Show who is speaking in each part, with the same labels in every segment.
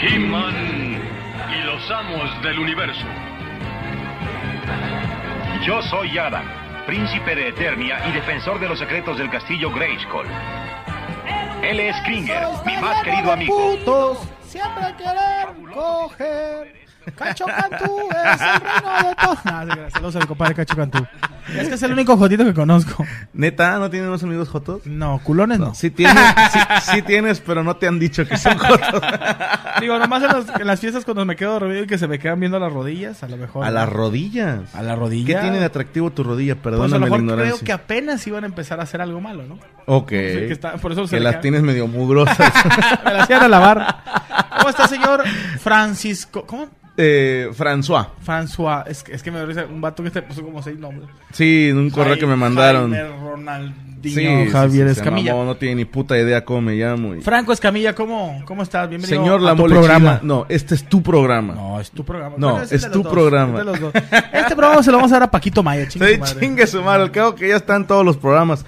Speaker 1: He-Man y los amos del universo.
Speaker 2: Yo soy Adam, príncipe de Eternia y defensor de los secretos del castillo Grayskull. Él es Kringer, mi más querido amigo.
Speaker 3: Putos, siempre querer coger. Cacho Cantú es el reino de todos. No, se crea, saludos a mi compadre Cacho Cantú. Es que es el único jodito que conozco.
Speaker 4: Neta, ¿no tienen unos amigos jotos?
Speaker 3: No, culones no.
Speaker 4: Sí tienes, sí, sí tienes, pero no te han dicho que son jotos.
Speaker 3: Digo, nomás en, los- en las fiestas cuando me quedo dormido y que se me quedan viendo las rodillas, a lo mejor.
Speaker 4: A las rodillas.
Speaker 3: A la
Speaker 4: ¿Qué
Speaker 3: rodilla.
Speaker 4: tiene de atractivo tu rodilla?
Speaker 3: Pues a lo
Speaker 4: Perdóname la
Speaker 3: mejor creo
Speaker 4: ignorancia.
Speaker 3: que apenas iban a empezar a hacer algo malo, ¿no?
Speaker 4: Ok.
Speaker 3: Sí, que está- por eso se
Speaker 4: que
Speaker 3: le
Speaker 4: las
Speaker 3: cae.
Speaker 4: tienes medio mugrosas.
Speaker 3: Me las iban a lavar. ¿Cómo está, señor Francisco? ¿Cómo?
Speaker 4: eh, François.
Speaker 3: François. Es que, es que me dice un vato que te puso como seis nombres.
Speaker 4: Sí, en un correo que me mandaron.
Speaker 3: Jaime Ronaldinho,
Speaker 4: Sí, sí,
Speaker 3: Javier
Speaker 4: sí, se
Speaker 3: Escamilla.
Speaker 4: mamó, no tiene ni puta idea cómo me llamo. y-
Speaker 3: Franco Escamilla, ¿cómo, cómo estás? Bienvenido
Speaker 4: Señor
Speaker 3: a
Speaker 4: la
Speaker 3: tu
Speaker 4: mole
Speaker 3: programa.
Speaker 4: chida. No, este es tu programa.
Speaker 3: No, es tu programa.
Speaker 4: No,
Speaker 3: Bueno, el
Speaker 4: es
Speaker 3: de
Speaker 4: tu
Speaker 3: los dos,
Speaker 4: programa.
Speaker 3: es de los dos. Este programa se lo vamos a dar a Paquito Maya, chingue
Speaker 4: Sí,
Speaker 3: su madre.
Speaker 4: chingue su madre, al cabo que ya están todos los programas.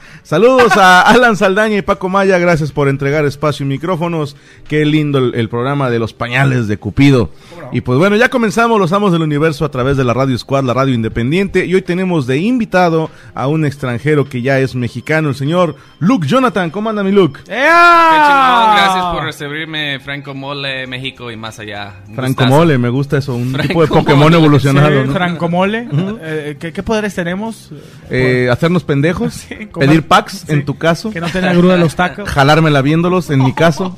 Speaker 4: Saludos a Alan Saldaña y Paco Maya, gracias por entregar espacio y micrófonos. Qué lindo el, el programa de los pañales de Cupido. Y pues bueno, ya comenzamos los Amos del Universo a través de la Radio Squad, la radio independiente. Y hoy tenemos de invitado a un extranjero que ya es mexicano, el señor Luke Jonathan. ¿Cómo anda mi Luke?
Speaker 5: Qué
Speaker 3: ¡Ea!
Speaker 5: chingón, gracias por recibirme, Franco Mole, México y más allá. Un
Speaker 4: Franco
Speaker 5: gustazo.
Speaker 4: Mole, me gusta eso, un
Speaker 5: Franco
Speaker 4: tipo de Pokémon
Speaker 5: Mole.
Speaker 4: evolucionado.
Speaker 3: Sí,
Speaker 4: ¿no?
Speaker 3: Franco Mole. Eh, ¿qué, qué poderes tenemos?
Speaker 4: Eh, hacernos pendejos,
Speaker 3: Sí, comer-
Speaker 4: pedir packs en
Speaker 3: Sí,
Speaker 4: tu caso.
Speaker 3: Que no tenga grúa de los tacos.
Speaker 4: Jalármela viéndolos, en mi caso.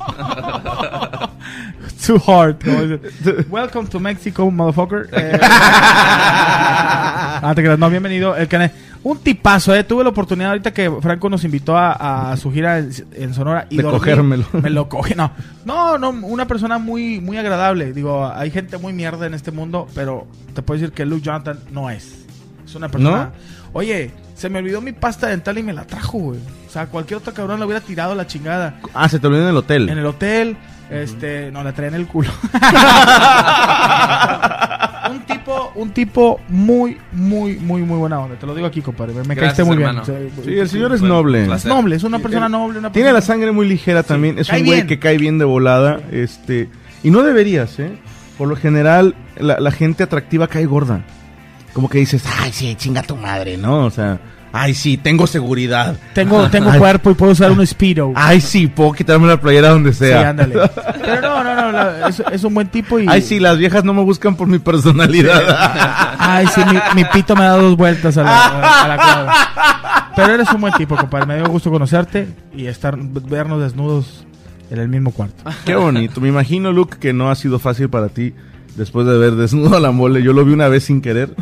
Speaker 3: Too hard. como dicen. Welcome to Mexico, motherfucker. Eh, ah, te creas, no, bienvenido. El que- un tipazo, eh. Tuve la oportunidad ahorita que Franco nos invitó a, a su gira en, en Sonora y
Speaker 4: De
Speaker 3: dormí.
Speaker 4: cogérmelo.
Speaker 3: Me lo coge, no. No, no, una persona muy, muy agradable. Digo, hay gente muy mierda en este mundo, pero te puedo decir que Luke Jonathan no es. Es una persona. Oye, se me olvidó mi pasta dental y me la trajo, güey. O sea, cualquier otro cabrón la hubiera tirado a la chingada.
Speaker 4: Ah, se te olvidó en el hotel.
Speaker 3: En el hotel, este, no, la traía en el culo. un tipo, un tipo muy, muy, muy, muy buena onda. Te lo digo aquí, compadre. Me
Speaker 5: Gracias,
Speaker 3: caíste muy
Speaker 5: hermano.
Speaker 3: bien. O sea,
Speaker 4: Sí, el señor es noble.
Speaker 3: es noble, es una persona noble. Una
Speaker 4: eh, Tiene la
Speaker 3: persona-
Speaker 4: sangre muy ligera también. Es
Speaker 3: cae
Speaker 4: un güey
Speaker 3: bien.
Speaker 4: que cae bien de volada. Este. Y no deberías, ¿eh? Por lo general, la, la gente atractiva cae gorda. Como que dices, ay, sí, chinga tu madre, ¿no? O sea, ay, sí, tengo seguridad.
Speaker 3: Tengo, tengo
Speaker 4: Ay.
Speaker 3: cuerpo y puedo usar un Speedo.
Speaker 4: Ay, sí, puedo quitarme la playera donde
Speaker 3: sí,
Speaker 4: sea.
Speaker 3: ándale. Pero no, no, no. la- es, es un buen tipo y.
Speaker 4: Ay, sí, las viejas no me buscan por mi personalidad.
Speaker 3: Ay, sí, mi, mi pito me da dos vueltas a la, a- a la cuadra. Pero eres un buen tipo, compadre. Me dio gusto conocerte y estar vernos desnudos en el mismo cuarto.
Speaker 4: Qué bonito. Me imagino, Luke, que no ha sido fácil para ti después de ver desnudo a la mole. Yo lo vi una vez sin querer.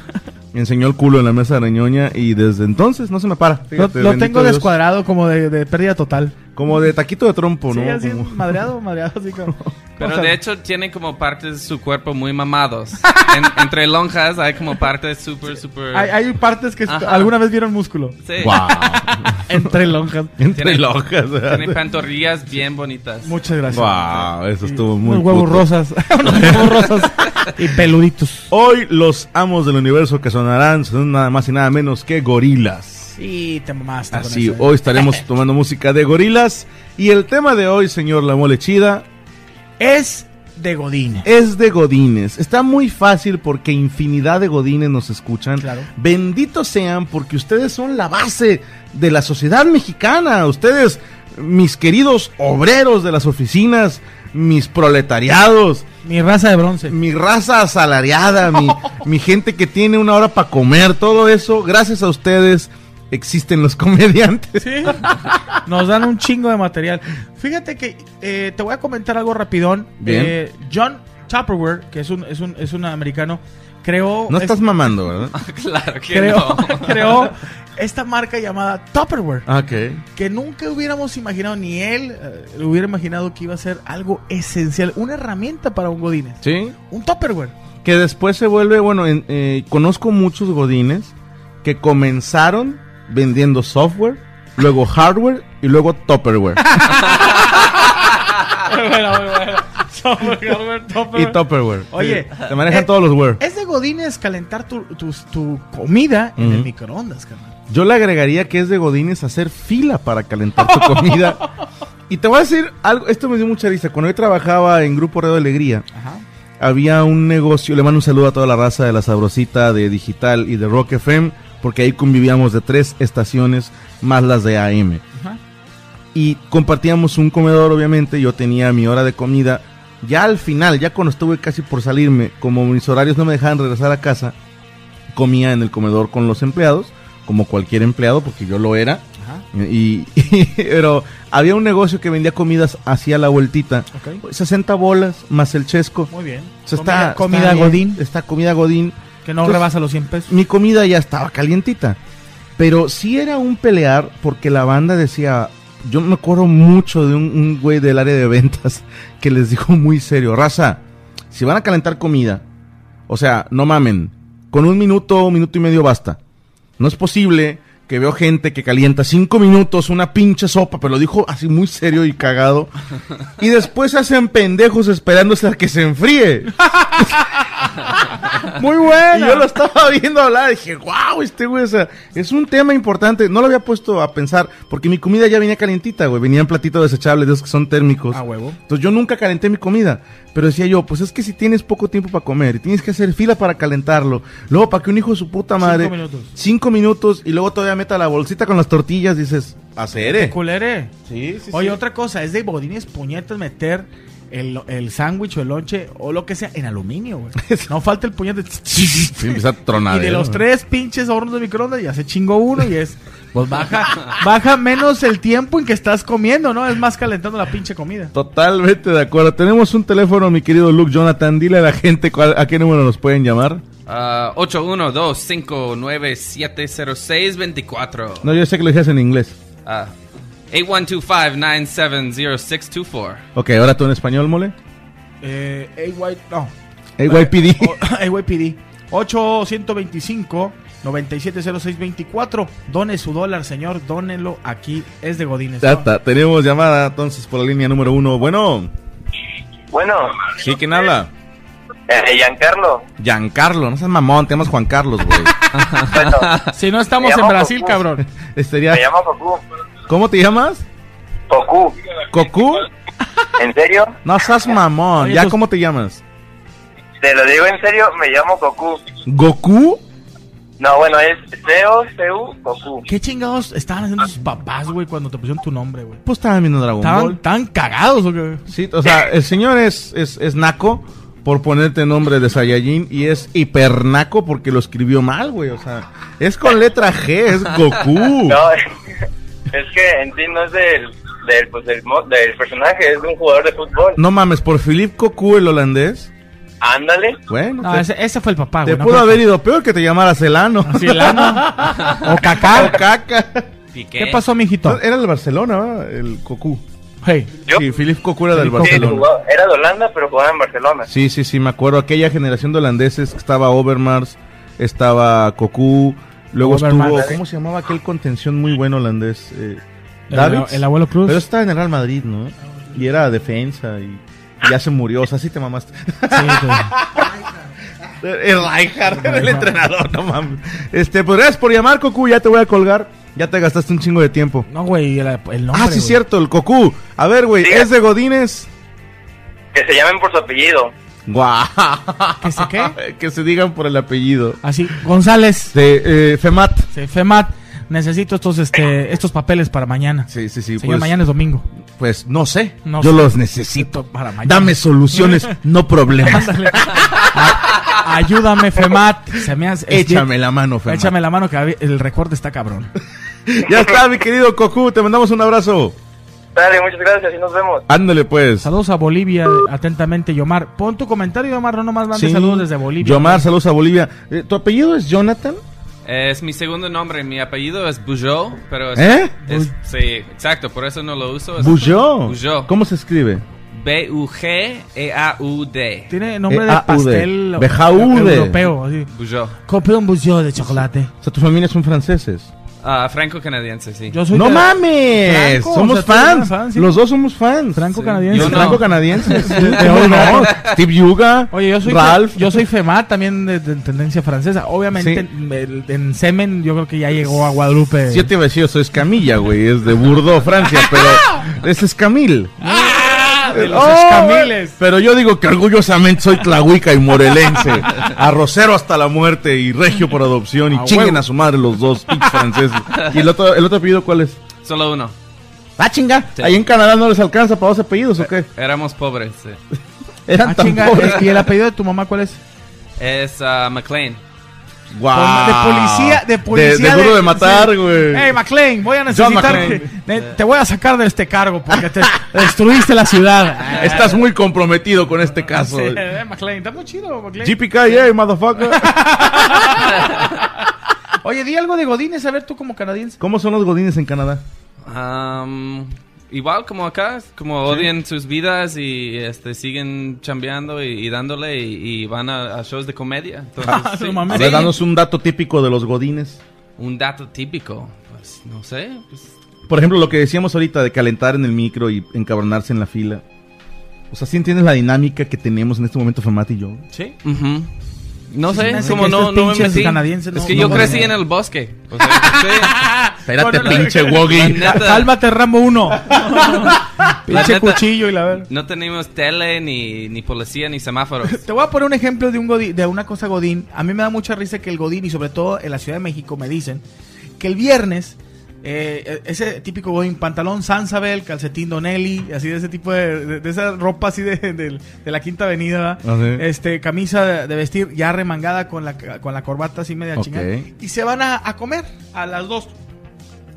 Speaker 4: Me enseñó el culo en la mesa de la ñoña y desde entonces no se me para.
Speaker 3: Lo,
Speaker 4: Fíjate,
Speaker 3: lo
Speaker 4: bendito
Speaker 3: tengo
Speaker 4: Dios.
Speaker 3: descuadrado como de, de pérdida total.
Speaker 4: Como de taquito de trompo, ¿no?
Speaker 3: Sí, así,
Speaker 4: Como-
Speaker 3: madreado, madreado, así como...
Speaker 5: Pero
Speaker 3: o sea,
Speaker 5: de hecho tiene como partes de su cuerpo muy mamados. En- entre lonjas hay como partes súper, súper...
Speaker 3: Hay, hay partes que
Speaker 5: eh, Ajá.
Speaker 3: alguna vez vieron músculo.
Speaker 5: Sí.
Speaker 4: Wow.
Speaker 3: Entre lonjas.
Speaker 4: Entre
Speaker 5: Tiene-
Speaker 4: lojas. ¿verdad?
Speaker 5: Tiene pantorrillas bien bonitas.
Speaker 3: Muchas gracias.
Speaker 4: Wow, eso estuvo muy
Speaker 3: Unos huevos
Speaker 4: puto.
Speaker 3: rosas. Unos huevos rosas. Y peluditos.
Speaker 4: Hoy los amos del universo que sonarán son nada más y nada menos que gorilas.
Speaker 3: Sí, te mamaste. con
Speaker 4: Así, oh.
Speaker 3: eso, eh.
Speaker 4: hoy estaremos tomando música de gorilas. Y el tema de hoy, señor La Mole Chida,
Speaker 3: Es de Godín.
Speaker 4: es de Godines. Está muy fácil porque infinidad de Godines nos escuchan.
Speaker 3: Claro.
Speaker 4: Benditos sean porque ustedes son la base de la sociedad mexicana. Ustedes, mis queridos obreros de las oficinas, mis proletariados,
Speaker 3: Mi raza de bronce.
Speaker 4: mi raza asalariada, mi, mi gente que tiene una hora para comer, todo eso, gracias a ustedes existen los comediantes.
Speaker 3: Sí. Nos dan un chingo de material. Fíjate que eh, te voy a comentar algo rapidón.
Speaker 4: Bien.
Speaker 3: Eh, John Tupperware, que es un, es un, es un americano, creó...
Speaker 4: No
Speaker 3: es-
Speaker 4: estás mamando, ¿verdad?
Speaker 5: Claro que
Speaker 3: creó,
Speaker 5: no.
Speaker 3: creó esta marca llamada Tupperware.
Speaker 4: Ah, Ok.
Speaker 3: que nunca hubiéramos imaginado, ni él eh, lo hubiera imaginado que iba a ser algo esencial, una herramienta para un Godínez.
Speaker 4: Sí.
Speaker 3: Un Tupperware.
Speaker 4: Que después se vuelve, bueno, en- eh, conozco muchos godines que comenzaron vendiendo software, luego hardware y luego topperware. y topperware.
Speaker 3: Oye,
Speaker 4: Sí, te manejan
Speaker 3: eh,
Speaker 4: todos los ware.
Speaker 3: Es de Godínez calentar tu, tus- tu comida en el
Speaker 4: Ujú.
Speaker 3: microondas, carnal.
Speaker 4: Yo le agregaría que es de Godines hacer fila para calentar tu comida. y te voy a decir algo, esto me dio mucha risa. Cuando yo trabajaba en Grupo Red de Alegría,
Speaker 3: Ajá.
Speaker 4: había un negocio, le mando un saludo a toda la raza de La Sabrosita, de Digital y de Rock FM, porque ahí convivíamos de tres estaciones más las de AM.
Speaker 3: Ajá.
Speaker 4: Y compartíamos un comedor, obviamente, yo tenía mi hora de comida. Ya al final, ya cuando estuve casi por salirme, como mis horarios no me dejaban regresar a casa, comía en el comedor con los empleados, como cualquier empleado, porque yo lo era.
Speaker 3: Ajá.
Speaker 4: Y, pero había un negocio que vendía comidas hacia la vueltita.
Speaker 3: Ok.
Speaker 4: 60 bolas más el chesco.
Speaker 3: Muy bien.
Speaker 4: O
Speaker 3: comida
Speaker 4: sea, está,
Speaker 3: comida
Speaker 4: está bien,
Speaker 3: Godín,
Speaker 4: Está comida Godín.
Speaker 3: que no
Speaker 4: Entonces-
Speaker 3: rebasa los 100 pesos.
Speaker 4: pues, Mi comida ya estaba calientita. Pero sí era un pelear porque la banda decía. Yo me acuerdo mucho de un, un güey del área de ventas que les dijo muy serio: Raza, si van a calentar comida, o sea, no mamen. Con un minuto, un minuto y medio basta. No es posible que veo gente que calienta cinco minutos una pinche sopa, pero lo dijo así muy serio y cagado. Y después se hacen pendejos esperándose a que se enfríe. Muy bueno. Y yo lo estaba viendo hablar. Dije, wow, este güey, o sea, es un tema importante. No lo había puesto a pensar, porque mi comida ya venía calientita, güey. Venían platitos desechables, de esos que son térmicos.
Speaker 3: A huevo.
Speaker 4: Entonces yo nunca calenté mi comida. Pero decía yo, pues es que si tienes poco tiempo para comer y tienes que hacer fila para calentarlo, luego para que un hijo de su puta madre.
Speaker 3: Cinco minutos.
Speaker 4: cinco minutos, y luego todavía meta la bolsita con las tortillas, dices, hacer, eh.
Speaker 3: Culere.
Speaker 4: Sí, sí,
Speaker 3: Oye,
Speaker 4: sí.
Speaker 3: otra cosa, es de Godínez puñetas meter el, el sándwich o el lonche o lo que sea en aluminio, güey. No falta el puñete.
Speaker 4: Sí, empieza a tronar.
Speaker 3: Y de
Speaker 4: ¿eh?
Speaker 3: los tres pinches hornos de microondas ya se chingó uno y es. Pues baja, baja menos el tiempo en que estás comiendo, ¿no? Es más calentando la pinche comida.
Speaker 4: Totalmente de acuerdo. Tenemos un teléfono, mi querido Luke Jonathan. Dile a la gente cuál- a qué número nos pueden llamar.
Speaker 5: Ah, 812-597-0624.
Speaker 4: No, yo sé que lo dices en inglés.
Speaker 5: Ah, 8125-970-624.
Speaker 4: Ok, ahora tú en español, mole.
Speaker 3: Eh, AY, no.
Speaker 4: AYPD.
Speaker 3: O- AYPD. 8-125-970624. Done su dólar, señor. Dónelo aquí. Es de Godínez.
Speaker 4: Ya está, tenemos llamada entonces por la línea número uno. Bueno,
Speaker 6: Bueno,
Speaker 4: sí, ¿quién habla?
Speaker 6: eh, Giancarlo.
Speaker 4: Giancarlo, no seas mamón, tenemos Juan Carlos, güey.
Speaker 6: Bueno,
Speaker 3: Si no estamos
Speaker 6: Me
Speaker 3: en
Speaker 6: llamo
Speaker 3: Brasil,
Speaker 6: Goku.
Speaker 3: cabrón.
Speaker 4: Eh, sería-
Speaker 6: Oh. me llamo Cocú.
Speaker 4: ¿Cómo te llamas?
Speaker 6: Cocú,
Speaker 4: ¿Cocú?
Speaker 6: ¿en serio?
Speaker 4: No seas mamón.
Speaker 3: Oye, pues-
Speaker 4: ¿Ya
Speaker 3: tus-
Speaker 4: cómo te llamas?
Speaker 6: Te lo digo en serio, me llamo Cocú.
Speaker 4: ¿Goku?
Speaker 6: No, bueno, es Seo, Seu, Cocú.
Speaker 4: Uh.
Speaker 3: ¿Qué chingados estaban haciendo sus papás, güey, cuando te pusieron tu nombre, güey?
Speaker 4: Pues estaba viendo Dragon
Speaker 3: Estaban
Speaker 4: Ball.
Speaker 3: tan cagados, ¿o qué?
Speaker 4: Sí, o sea, el señor es, es, es naco por ponerte nombre de Saiyajin y es hipernaco porque lo escribió mal, güey. O sea, es con letra G, es Goku.
Speaker 6: No, es que en sí no es del, del, pues, del, mo- del personaje, es de un jugador de fútbol.
Speaker 4: No mames, por Philip Goku, el holandés.
Speaker 6: Ándale.
Speaker 4: Bueno,
Speaker 3: No,
Speaker 4: te,
Speaker 3: ese, ese fue el papá,
Speaker 4: te
Speaker 3: güey. no
Speaker 4: pudo
Speaker 3: fue-
Speaker 4: haber ido peor que te llamara Celano.
Speaker 3: Sí, el ano. O cacao.
Speaker 4: O caca.
Speaker 3: ¿Qué pasó, mijito?
Speaker 4: Era el Barcelona, ¿verdad? El Goku.
Speaker 3: Hey.
Speaker 6: Yo-
Speaker 4: Sí, Philip Goku era del
Speaker 3: Philip Cocu.
Speaker 6: Sí,
Speaker 4: Barcelona.
Speaker 6: jugó- era de Holanda, pero jugaba en Barcelona.
Speaker 4: Sí, sí, sí, me acuerdo. Aquella generación de holandeses estaba Overmars, estaba Cocu, luego
Speaker 3: Overmars.
Speaker 4: estuvo. ¿Cómo se llamaba aquel contención muy bueno holandés? Eh,
Speaker 3: El-
Speaker 4: Davids.
Speaker 3: el abuelo Cruz.
Speaker 4: Pero estaba en el Real Madrid, ¿no? Y era defensa y ya se murió. O sea, sí te mamaste.
Speaker 3: Sí, güey.
Speaker 4: El Reinhardt, el entrenador, no mames. Este, pues gracias por llamar, Cocu. Ya te voy a colgar. Ya te gastaste un chingo de tiempo.
Speaker 3: No, güey, el, el nombre.
Speaker 4: ah, sí,
Speaker 3: güey.
Speaker 4: cierto, el Cocu. A ver, güey,
Speaker 6: Sí.
Speaker 4: ¿es de Godines?
Speaker 6: Que se llamen por su apellido.
Speaker 4: Guau.
Speaker 3: ¿Que se qué?
Speaker 4: que se digan por el apellido.
Speaker 3: Así, González,
Speaker 4: De eh, Femat.
Speaker 3: sí, Femat, necesito estos, este, estos papeles para mañana.
Speaker 4: Sí, sí, sí.
Speaker 3: Señor,
Speaker 4: pues,
Speaker 3: mañana es domingo.
Speaker 4: pues no sé.
Speaker 3: No
Speaker 4: Yo
Speaker 3: sé.
Speaker 4: los necesito.
Speaker 3: Para mañana.
Speaker 4: Dame soluciones, no problemas.
Speaker 3: Ayúdame, Femat. Se me hace- es-
Speaker 4: Échame la mano, Femat.
Speaker 3: Échame la mano que a- el recorte está cabrón.
Speaker 4: Ya está, mi querido Cocu. Te mandamos un abrazo.
Speaker 6: Dale, muchas gracias y nos vemos.
Speaker 4: Ándale, pues.
Speaker 3: Saludos a Bolivia, atentamente, Yomar. Pon tu comentario, Yomar, no nomás mandes
Speaker 4: Sí.
Speaker 3: saludos desde Bolivia.
Speaker 4: Yomar, saludos a Bolivia. Eh, ¿Tu apellido es Jonathan?
Speaker 5: Es mi segundo nombre, mi apellido es Bujo, pero es,
Speaker 4: ¿Eh?
Speaker 5: es- sí, exacto, por eso no lo uso. es
Speaker 4: Bujo.
Speaker 5: Bujo.
Speaker 4: ¿Cómo se escribe?
Speaker 5: E B-U-G-E-A-U-D.
Speaker 3: Tiene nombre de
Speaker 4: Eh, A-U-D.
Speaker 3: pastel
Speaker 4: Bejaude.
Speaker 3: europeo. así.
Speaker 5: Bujo.
Speaker 3: Compré un bullón de chocolate.
Speaker 4: O sea, tu familia son franceses.
Speaker 5: Ah, franco-canadiense, sí.
Speaker 3: Yo soy
Speaker 4: ¡No
Speaker 3: de-
Speaker 4: mames!
Speaker 3: Franco,
Speaker 4: somos
Speaker 3: o sea, tú eres
Speaker 4: fans.
Speaker 3: fan, sí.
Speaker 4: Los dos somos fans.
Speaker 3: Franco
Speaker 5: Sí.
Speaker 3: canadiense.
Speaker 5: Yo no.
Speaker 4: Franco canadienses.
Speaker 3: yo no.
Speaker 4: Steve Yuga.
Speaker 3: Oye, yo soy
Speaker 4: Ralph.
Speaker 3: yo soy Femat también de, de tendencia francesa. Obviamente en, el- en semen yo creo que ya llegó a Guadalupe.
Speaker 4: Yo te iba a decir, soy Escamilla, güey. Es de Burdo, Francia, pero es Escamil.
Speaker 3: Ah, de los
Speaker 4: Oh,
Speaker 3: escamiles.
Speaker 4: Pero yo digo que orgullosamente soy tlahuica y morelense. Arrocero hasta la muerte y regio por adopción. Y
Speaker 3: A
Speaker 4: chinguen
Speaker 3: huevo.
Speaker 4: a su madre los dos pinches franceses. ¿Y el otro, el otro apellido cuál es?
Speaker 5: Solo uno.
Speaker 4: Ah, chinga.
Speaker 5: Sí.
Speaker 4: Ahí en Canadá no les alcanza para dos apellidos, ¿o qué?
Speaker 5: Éramos pobres, sí.
Speaker 4: Eran
Speaker 3: Ah,
Speaker 4: tan
Speaker 3: chinga,
Speaker 4: pobres.
Speaker 3: ¿Y el apellido de tu mamá cuál es?
Speaker 5: Es ah, McLean.
Speaker 4: Guau.
Speaker 3: De policía- de
Speaker 4: Ah, De,
Speaker 3: policía
Speaker 4: duro de,
Speaker 3: de-
Speaker 4: matar,
Speaker 3: sí.
Speaker 4: güey.
Speaker 3: Hey, McLean, voy a necesitar.
Speaker 4: McLean.
Speaker 3: que- ne- te voy a sacar de este cargo porque te destruiste la ciudad.
Speaker 4: Estás muy comprometido con este caso.
Speaker 3: Sí,
Speaker 4: güey.
Speaker 3: eh, McLean, está muy chido, McLean.
Speaker 4: GPK, yeah, motherfucker.
Speaker 3: Oye, di algo de Godínez, a ver tú como canadiense.
Speaker 4: ¿Cómo son los godines en Canadá?
Speaker 5: Am, igual como acá, como odian sus vidas y este, siguen chambeando y, y dándole y, y van a, a shows de comedia. Entonces, sí.
Speaker 3: no mames.
Speaker 4: A ver, danos un dato típico de los godines.
Speaker 5: Un dato típico, pues no sé. pues,
Speaker 4: Por ejemplo, lo que decíamos ahorita de calentar en el micro y encabronarse en la fila. O sea, ¿sí entiendes la dinámica que tenemos en este momento, Femat y yo?
Speaker 3: Sí.
Speaker 5: ujú. No sé,
Speaker 3: hace
Speaker 5: como
Speaker 3: que
Speaker 5: no,
Speaker 3: estos
Speaker 5: no me
Speaker 3: pinches
Speaker 5: metí.
Speaker 3: canadienses
Speaker 5: es
Speaker 3: este no-
Speaker 5: que
Speaker 3: no
Speaker 5: yo crecí
Speaker 3: joden.
Speaker 5: en el bosque. o sea, sí,
Speaker 4: Espérate,
Speaker 3: Bueno, la-
Speaker 4: pinche
Speaker 5: la
Speaker 4: Woggy.
Speaker 5: neta.
Speaker 3: Cálmate, Rambo 1. Pinche
Speaker 5: neta.
Speaker 3: cuchillo y la verdad.
Speaker 5: No tenemos tele, ni, ni policía, ni semáforos.
Speaker 3: Te voy a poner un ejemplo de un godi- de una cosa Godín. A mí me da mucha risa que el Godín, y sobre todo en la Ciudad de México, me dicen que el viernes, eh, ese típico Godín, pantalón Sansabel, calcetín Donelli, así de ese tipo de, de- de esa ropa así de, de- de la Quinta Avenida, ¿verdad?
Speaker 4: Ah, sí.
Speaker 3: este camisa de, de vestir ya remangada con la, ca- con la corbata así media
Speaker 4: Ok.
Speaker 3: chingada. Y se van a, a comer a las dos.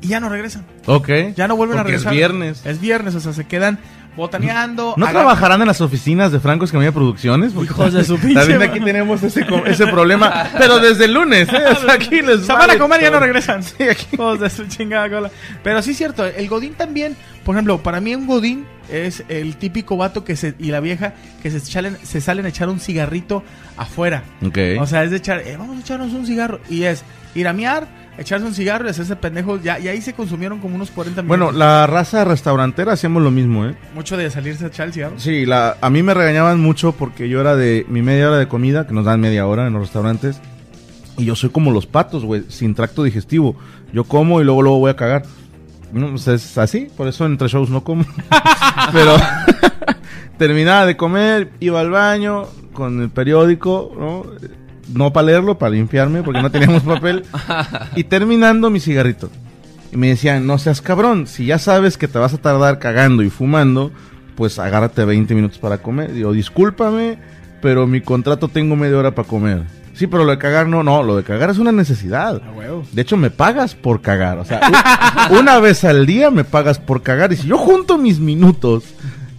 Speaker 3: Y ya no regresan.
Speaker 4: Ok.
Speaker 3: Ya no vuelven a
Speaker 4: Porque es
Speaker 3: regresar.
Speaker 4: viernes.
Speaker 3: Es viernes, o sea, se quedan botaneando.
Speaker 4: ¿No
Speaker 3: agarran-
Speaker 4: trabajarán en las oficinas de Franco Escamilla Producciones? Porque
Speaker 3: Hijos de su pinche
Speaker 4: También aquí
Speaker 3: madre.
Speaker 4: tenemos ese, co- ese problema. Pero desde el lunes, ¿eh? O sea, aquí les
Speaker 3: Se van a
Speaker 4: vale
Speaker 3: comer y ya no
Speaker 4: todo.
Speaker 3: regresan.
Speaker 4: aquí.
Speaker 3: Hijos de su chingada cola. Pero sí es cierto, el Godín también, por ejemplo, para mí un Godín es el típico vato que se, y la vieja que se, chalen- se salen a echar un cigarrito afuera.
Speaker 4: Ok.
Speaker 3: O sea, es de echar, eh, vamos a echarnos un cigarro. Y es ir a miar, echarse un cigarro y hacerse pendejo. Ya, y ahí se consumieron como unos 40
Speaker 4: Bueno,
Speaker 3: minutos.
Speaker 4: la raza restaurantera hacíamos lo mismo, ¿eh?
Speaker 3: Mucho de salirse a echar el cigarro.
Speaker 4: Sí, la, a mí me regañaban mucho porque yo era de mi media hora de comida, que nos dan media hora en los restaurantes, y yo soy como los patos, güey, sin tracto digestivo. Yo como y luego luego voy a cagar. No, pues es así, por eso entre shows no como. Pero terminaba de comer, iba al baño con el periódico, ¿no? No para leerlo, para limpiarme, porque no teníamos papel. Y terminando mi cigarrito. Y me decían, no seas cabrón, si ya sabes que te vas a tardar cagando y fumando, pues agárrate 20 minutos para comer. Digo, discúlpame, pero mi contrato tengo media hora para comer. Sí, pero lo de cagar no, no, lo de cagar es una necesidad. De hecho, me pagas por cagar. O sea, u- una vez al día me pagas por cagar. Y si yo junto mis minutos,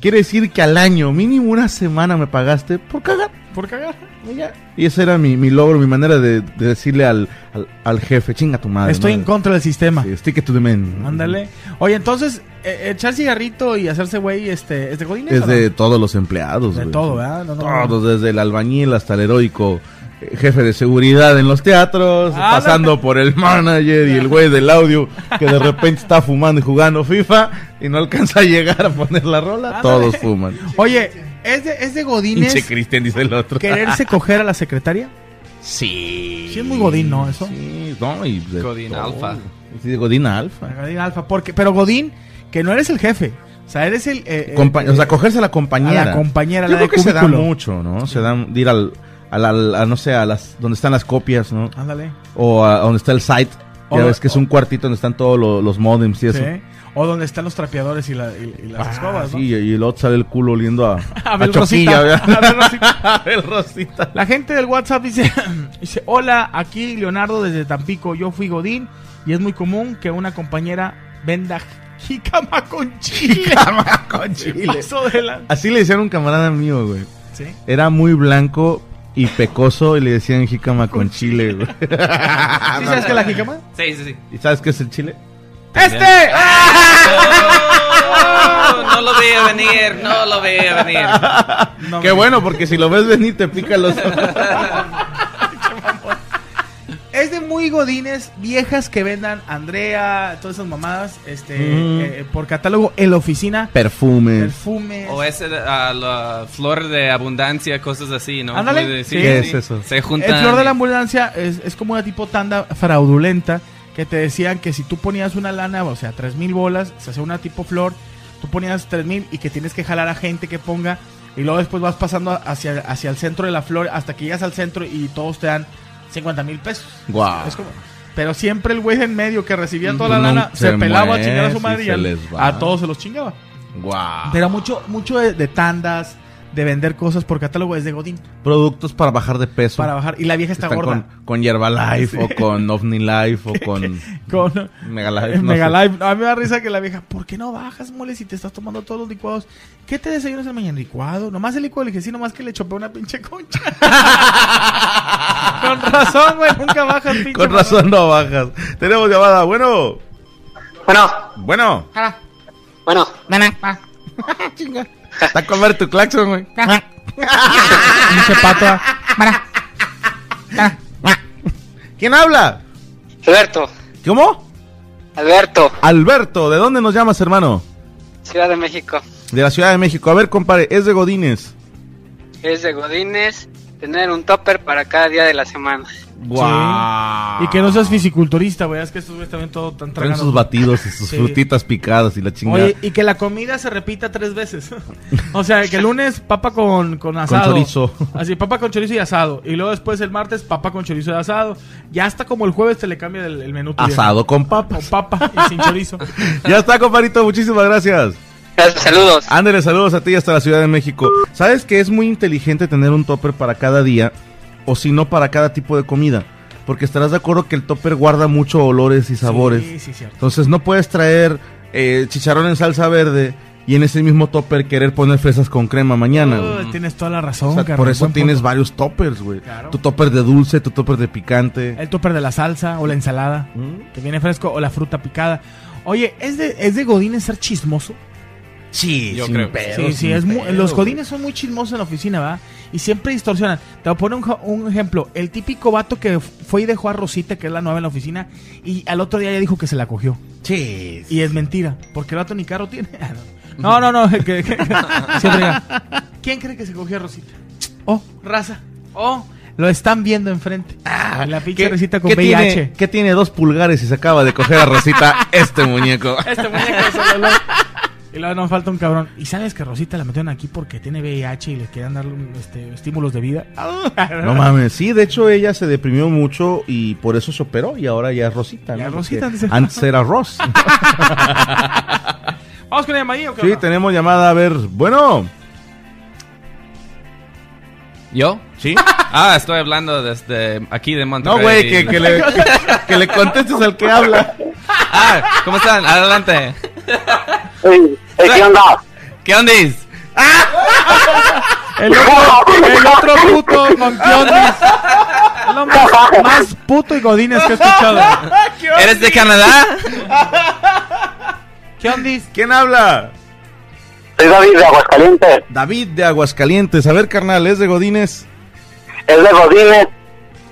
Speaker 4: quiere decir que al año, mínimo una semana me pagaste por cagar.
Speaker 3: Por cagar.
Speaker 4: Y ya. Y ese era mi, mi logro, mi manera de, de decirle al, al, al jefe, chinga tu Ah, madre.
Speaker 3: Estoy
Speaker 4: ¿no?
Speaker 3: en contra del sistema.
Speaker 4: Sí, stick it to the man.
Speaker 3: Ándale. Oye, entonces, eh, echar cigarrito y hacerse güey, este, ¿es de Godín?
Speaker 4: Es de todos los empleados.
Speaker 3: De
Speaker 4: güey.
Speaker 3: todo, ¿verdad? No, no, no.
Speaker 4: Todos, desde el albañil hasta el heroico eh, jefe de seguridad en los teatros,
Speaker 3: Ah,
Speaker 4: pasando por el manager y el güey del audio que de repente está fumando y jugando FIFA y no alcanza a llegar a poner la rola.
Speaker 3: Ándale.
Speaker 4: Todos fuman.
Speaker 3: Oye, ¿Es de, es de
Speaker 4: Pinche
Speaker 3: Godines
Speaker 4: Cristian, dice el otro.
Speaker 3: quererse coger a la secretaria?
Speaker 4: Sí.
Speaker 3: Sí es muy Godín, ¿no, eso?
Speaker 4: Sí, no, y de
Speaker 5: Godín
Speaker 3: Oh.
Speaker 4: todo.
Speaker 5: alfa.
Speaker 4: Sí, de Godín alfa.
Speaker 3: Godín Alfa, porque, pero Godín, que no eres el jefe. O sea, eres el. eh, eh,
Speaker 4: Compa-
Speaker 3: eh,
Speaker 4: o sea, cogerse a la compañera.
Speaker 3: a la compañera,
Speaker 4: Yo
Speaker 3: la
Speaker 4: creo
Speaker 3: de
Speaker 4: que se da
Speaker 3: cubículo.
Speaker 4: mucho, ¿no? Se da de ir al, al, al- a, no sé, a las donde están las copias, ¿no?
Speaker 3: Ándale.
Speaker 4: O a, a donde está el site. Ya
Speaker 3: O-
Speaker 4: ves que es
Speaker 3: o-
Speaker 4: un cuartito donde están todos lo- los modems y eso.
Speaker 3: Sí. O donde están los trapeadores y, la- y- y las
Speaker 4: Ah,
Speaker 3: escobas, ¿no?
Speaker 4: sí, y el otro sale el culo oliendo a, a,
Speaker 3: Abel
Speaker 4: choquilla,
Speaker 3: Rosita. Abel
Speaker 4: ¿verdad?
Speaker 3: Rosita.
Speaker 4: Abel Rosita.
Speaker 3: La gente del WhatsApp dice, dice, hola, aquí Leonardo desde Tampico, yo fui Godín y es muy común que una compañera venda jicama con chile.
Speaker 4: Con chile.
Speaker 3: Paso de la-
Speaker 4: Así le decían a un camarada mío, güey.
Speaker 3: Sí.
Speaker 4: Era muy blanco y pecoso y le decían jícama con chile, güey. Ah,
Speaker 3: ¿Sí sabes qué es la jicama?
Speaker 5: Sí, sí, sí.
Speaker 4: ¿Y sabes qué es el chile?
Speaker 3: ¡Este!
Speaker 5: Oh, no lo veía venir, no lo veía venir.
Speaker 3: No,
Speaker 4: qué bueno, porque si lo ves venir te pica los ojos.
Speaker 3: Es de muy godines viejas que vendan Andrea, todas esas mamadas, este,
Speaker 4: Mm.
Speaker 3: eh, por catálogo en la oficina,
Speaker 4: Perfumes.
Speaker 3: perfumes.
Speaker 5: O ese, de- ah, la flor de abundancia, cosas así, ¿no?
Speaker 3: Ándale.
Speaker 5: Muy de-
Speaker 3: Sí.
Speaker 4: ¿Qué es eso?
Speaker 5: Se juntan.
Speaker 3: El flor de la
Speaker 5: y-
Speaker 3: ambulancia es, es como una tipo tanda fraudulenta que te decían que si tú ponías una lana, o sea, tres mil bolas, se hacía una tipo flor, tú ponías tres mil y que tienes que jalar a gente que ponga y luego después vas pasando hacia, hacia el centro de la flor hasta que llegas al centro y todos te dan 50 mil pesos.
Speaker 4: Guau.
Speaker 3: Es como- pero siempre el güey en medio que recibía toda la
Speaker 4: Ujú.
Speaker 3: lana
Speaker 4: Ah. No,
Speaker 3: se,
Speaker 4: se
Speaker 3: pelaba
Speaker 4: muere,
Speaker 3: a chingar a su
Speaker 4: sí,
Speaker 3: madre y
Speaker 4: se
Speaker 3: al-
Speaker 4: les va. Ah.
Speaker 3: a todos se los chingaba.
Speaker 4: Guau.
Speaker 3: Pero mucho, mucho de, de tandas, de vender cosas por catálogo es de Godín
Speaker 4: Productos para bajar de peso.
Speaker 3: para bajar. Y la vieja está
Speaker 4: Están
Speaker 3: gorda.
Speaker 4: con, con Yerbalife o con OVNILIFE o con
Speaker 3: con
Speaker 4: Megalife.
Speaker 3: Megalife.
Speaker 4: no sé.
Speaker 3: A mí me da risa que la vieja, ¿por qué no bajas, mole, si te estás tomando todos los licuados? ¿Qué te desayunas el mañana? ¿Licuado? Nomás el licuado. Le dije, sí, nomás que le chopé una pinche concha. Con razón, güey, nunca bajas, pinche.
Speaker 4: Con razón no bajas. Tenemos llamada. Bueno,
Speaker 7: Bueno,
Speaker 4: bueno.
Speaker 7: bueno,
Speaker 4: Está a comer tu claxon, güey.
Speaker 3: Ah. mamá. Pinche pata.
Speaker 4: ¿Quién habla?
Speaker 7: Alberto,
Speaker 4: ¿Cómo?
Speaker 7: Alberto,
Speaker 4: Alberto, ¿de dónde nos llamas, hermano?
Speaker 7: Ciudad de México.
Speaker 4: De la Ciudad de México. A ver, compadre, es de Godines.
Speaker 7: Es de Godines tener un topper para cada día de la semana.
Speaker 4: Guau.
Speaker 3: Y que no seas fisiculturista, güey. Es que estos güeyes también todo tan
Speaker 4: Traen
Speaker 3: tragando.
Speaker 4: sus batidos y sus
Speaker 3: Sí.
Speaker 4: frutitas picadas y la chingada.
Speaker 3: Oye, y que la comida se repita tres veces. o sea, que el lunes papa con, con asado.
Speaker 4: chorizo.
Speaker 3: Así, papa con chorizo y asado. Y luego después el martes papa con chorizo y asado. Ya hasta como el jueves te le cambia el, el menú. tu vieja.
Speaker 4: Asado con papas.
Speaker 3: Con papa y sin chorizo.
Speaker 4: Ya está, compadrito, muchísimas gracias.
Speaker 7: Gracias, saludos.
Speaker 4: Ándale, saludos a ti hasta la Ciudad de México. ¿Sabes que es muy inteligente tener un topper para cada día o si no para cada tipo de comida? Porque estarás de acuerdo que el topper guarda mucho olores y sabores.
Speaker 3: Sí, sí, cierto.
Speaker 4: Entonces no puedes traer eh, chicharrón en salsa verde y en ese mismo topper querer poner fresas con crema mañana. güey.
Speaker 3: Uy, tienes toda la razón,
Speaker 4: O sea,
Speaker 3: carnal,
Speaker 4: por eso
Speaker 3: Oh, buen
Speaker 4: tienes
Speaker 3: punto.
Speaker 4: varios toppers, güey.
Speaker 3: Claro.
Speaker 4: Tu topper de dulce, tu topper de picante.
Speaker 3: El topper de la salsa o la ensalada
Speaker 4: ¿Mm?
Speaker 3: que viene fresco o la fruta picada. Oye, ¿es de, es de Godines ser chismoso?
Speaker 4: Sí,
Speaker 5: Yo
Speaker 4: sin
Speaker 5: creo.
Speaker 4: pedo,
Speaker 3: Sí, sí,
Speaker 4: sin
Speaker 3: es mu-
Speaker 4: pedo,
Speaker 3: los
Speaker 4: güey.
Speaker 3: godines son muy chismosos en la oficina, ¿verdad? Y siempre distorsionan. Te voy a poner un, ja- un ejemplo. El típico vato que f- fue y dejó a Rosita, que es la nueva en la oficina, y al otro día ya dijo que se la cogió.
Speaker 4: Sí.
Speaker 3: Y es mentira, porque el vato ni carro tiene. No, no, no. que- que- que- siempre diga, ¿Quién cree que se cogió a Rosita? Oh, raza. Oh, lo están viendo enfrente. la pinche Rosita con VIH.
Speaker 4: Tiene, Ah, ¿Qué tiene dos pulgares y se acaba de coger a Rosita este muñeco?
Speaker 3: Este muñeco se lo logró. Y luego nos falta un cabrón. ¿Y sabes que Rosita la metieron aquí porque tiene VIH y le querían darle un, este, estímulos de vida?
Speaker 4: No mames, sí, de hecho ella se deprimió mucho y por eso se operó y ahora ya es Rosita.
Speaker 3: Ya
Speaker 4: ¿no?
Speaker 3: es Rosita,
Speaker 4: Porque
Speaker 3: dice.
Speaker 4: antes era Ros.
Speaker 3: Vamos con el llamadillo,
Speaker 4: sí,
Speaker 3: cabrón.
Speaker 4: tenemos llamada, a ver, bueno,
Speaker 5: ¿Yo? Sí. Ah, estoy hablando desde aquí de Monterrey.
Speaker 4: no güey, que, que le, que le contestes al que habla.
Speaker 5: Ah, ¿cómo están? Adelante.
Speaker 7: Ey, ey, ¿Qué onda?
Speaker 5: ¿Qué onda?
Speaker 3: El otro, el otro puto con Kionis. El hombre más puto y godines que he escuchado.
Speaker 5: ¿Eres de Canadá?
Speaker 3: Kionis.
Speaker 4: ¿Quién habla?
Speaker 7: Soy David de Aguascalientes.
Speaker 4: David de Aguascalientes. A ver, carnal, ¿es de Godines?
Speaker 7: Es de Godines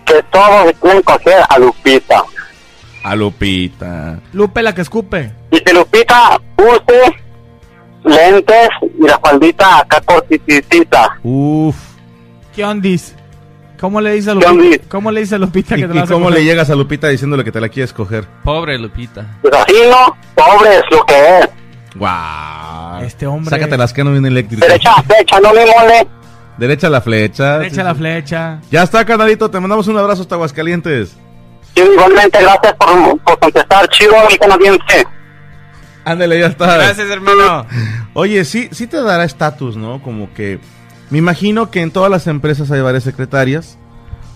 Speaker 7: que todos se quieren coger a Lupita.
Speaker 4: A Lupita.
Speaker 3: Lupe la que escupe.
Speaker 7: Y si Lupita use lentes y la faldita acá cortitita.
Speaker 4: Uf.
Speaker 3: ¿Qué ondis? ¿Cómo le dice a
Speaker 7: ¿Qué ondis?
Speaker 3: Lupita? ¿Cómo le dice a Lupita
Speaker 4: ¿Y,
Speaker 3: que te
Speaker 4: y
Speaker 3: la vas a
Speaker 4: cómo le
Speaker 3: coger?
Speaker 4: llegas a Lupita diciéndole que te la quieres coger?
Speaker 5: Pobre Lupita.
Speaker 7: Pues así no, pobre es lo que es.
Speaker 4: ¡Guau!
Speaker 3: Este hombre.
Speaker 4: Sácate las que no viene eléctrica.
Speaker 7: Derecha a flecha, no me mole.
Speaker 4: Derecha la flecha.
Speaker 3: Echa la flecha.
Speaker 4: Ya está, canalito. Te mandamos un abrazo hasta Aguascalientes.
Speaker 7: Sí, igualmente, gracias por, por contestar. Chivo, mi canadiense.
Speaker 4: Ándale, ya está.
Speaker 5: Gracias, hermano.
Speaker 4: Oye, sí, sí te dará estatus, ¿no? Como que me imagino que en todas las empresas hay varias secretarias.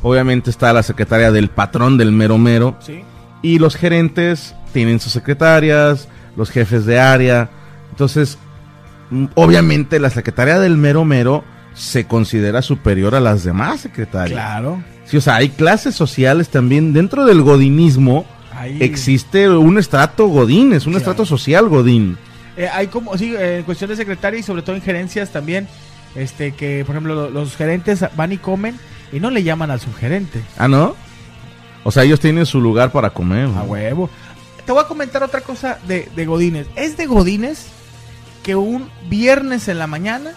Speaker 4: Obviamente está la secretaria del patrón del mero mero
Speaker 3: Sí.
Speaker 4: y los gerentes tienen sus secretarias, los jefes de área. Entonces, mm, obviamente la secretaria del mero mero se considera superior a las demás secretarias.
Speaker 3: Claro.
Speaker 4: Sí, o sea, hay clases sociales también dentro del godinismo.
Speaker 3: Ahí.
Speaker 4: Existe un estrato godín, es un
Speaker 3: Claro.
Speaker 4: estrato social godín.
Speaker 3: Eh, hay como, sí, eh, en cuestión de secretaria y sobre todo en gerencias también, este, que por ejemplo lo- los gerentes van y comen y no le llaman al subgerente.
Speaker 4: Ah, ¿no? O sea, ellos tienen su lugar para comer.
Speaker 3: A huevo. Te voy a comentar otra cosa de, de Godines. Es de Godines que un viernes en la mañana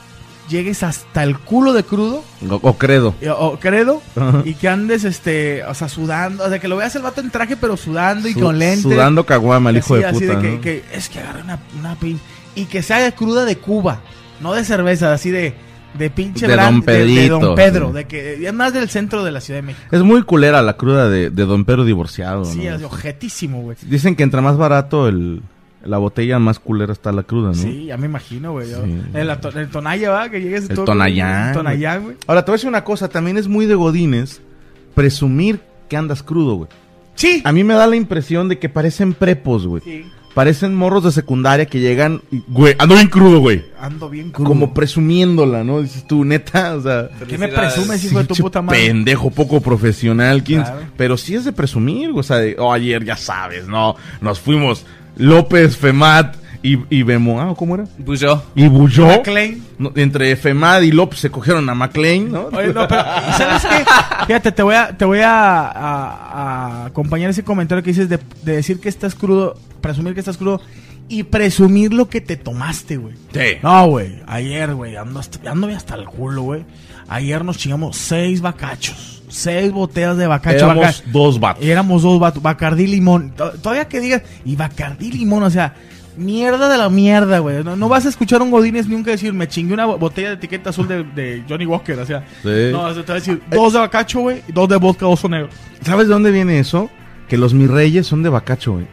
Speaker 3: llegues hasta el culo de crudo,
Speaker 4: O, o credo.
Speaker 3: eh, o credo,
Speaker 4: Ajá.
Speaker 3: y que andes, este, o sea, sudando, o sea, que lo veas el vato en traje, pero sudando y
Speaker 4: Su-
Speaker 3: con lentes.
Speaker 4: Sudando caguama, el
Speaker 3: Y
Speaker 4: hijo
Speaker 3: así-
Speaker 4: de
Speaker 3: así
Speaker 4: puta.
Speaker 3: que,
Speaker 4: ¿no?
Speaker 3: que es que agarré una, una pin- Y que se haga cruda de Cuba, no de cerveza, así de, de pinche
Speaker 4: De
Speaker 3: brand-
Speaker 4: Don
Speaker 3: de
Speaker 4: Pedrito,
Speaker 3: Don Pedro,
Speaker 4: sí.
Speaker 3: de que es más del centro de la Ciudad de México.
Speaker 4: Es muy culera la cruda de, de Don Pedro divorciado.
Speaker 3: Sí,
Speaker 4: ¿no?
Speaker 3: así, objetísimo, güey.
Speaker 4: Dicen que entre más barato el, la botella, más culera está la cruda, ¿no?
Speaker 3: Sí, ya me imagino, güey. yo-
Speaker 4: Sí.
Speaker 3: En, la to- en el Tonaya, ¿va? Que llegues
Speaker 4: El
Speaker 3: todo-
Speaker 4: Tonayán,
Speaker 3: el Tonayán, güey.
Speaker 4: Ahora, te voy a decir una cosa. También es muy de godines presumir que andas crudo, güey.
Speaker 3: Sí.
Speaker 4: A mí me da la impresión de que parecen prepos, güey.
Speaker 3: Sí,
Speaker 4: Parecen morros de secundaria que llegan y, güey, ando bien crudo, güey.
Speaker 3: Ando bien crudo.
Speaker 4: Como presumiéndola, ¿no? Dices tú, neta, o sea...
Speaker 3: ¿Qué me presumes, hijo de tu
Speaker 4: pinche
Speaker 3: puta madre?
Speaker 4: Pendejo, poco profesional, ¿quién?
Speaker 3: Claro.
Speaker 4: Pero sí es de presumir, o sea, de, "Oh, ayer ya sabes, ¿no? Nos fuimos López, Femat y, y Bemoa, ¿o ¿cómo era?
Speaker 5: Bujo.
Speaker 4: Y Bulló.
Speaker 3: Klein.
Speaker 4: No, entre Femad y López se cogieron a McLean, ¿no?
Speaker 3: Oye, no, pero ¿y ¿sabes qué? Fíjate, te voy a, te voy a, a- a acompañar ese comentario que dices de, de decir que estás crudo, presumir que estás crudo y presumir lo que te tomaste, güey.
Speaker 4: Sí.
Speaker 3: No, güey, ayer, güey, ando hasta, ando hasta el culo, güey. Ayer nos chingamos seis bacachos, seis botellas de bacacho.
Speaker 4: Éramos
Speaker 3: baca-
Speaker 4: dos vatos.
Speaker 3: Éramos dos vatos, Bacardí Limón. To- Todavía que digas, y Bacardí Limón, o sea, mierda de la mierda, güey. No, no vas a escuchar a un Godínez nunca decir, me chingué una bo- botella de etiqueta azul de, de Johnny Walker, o sea.
Speaker 4: Sí.
Speaker 3: No, o sea, te va a decir,
Speaker 4: eh,
Speaker 3: dos de bacacho, güey, y dos de vodka, dos negro.
Speaker 4: ¿Sabes de dónde viene eso? Que los mis reyes son de bacacho, güey.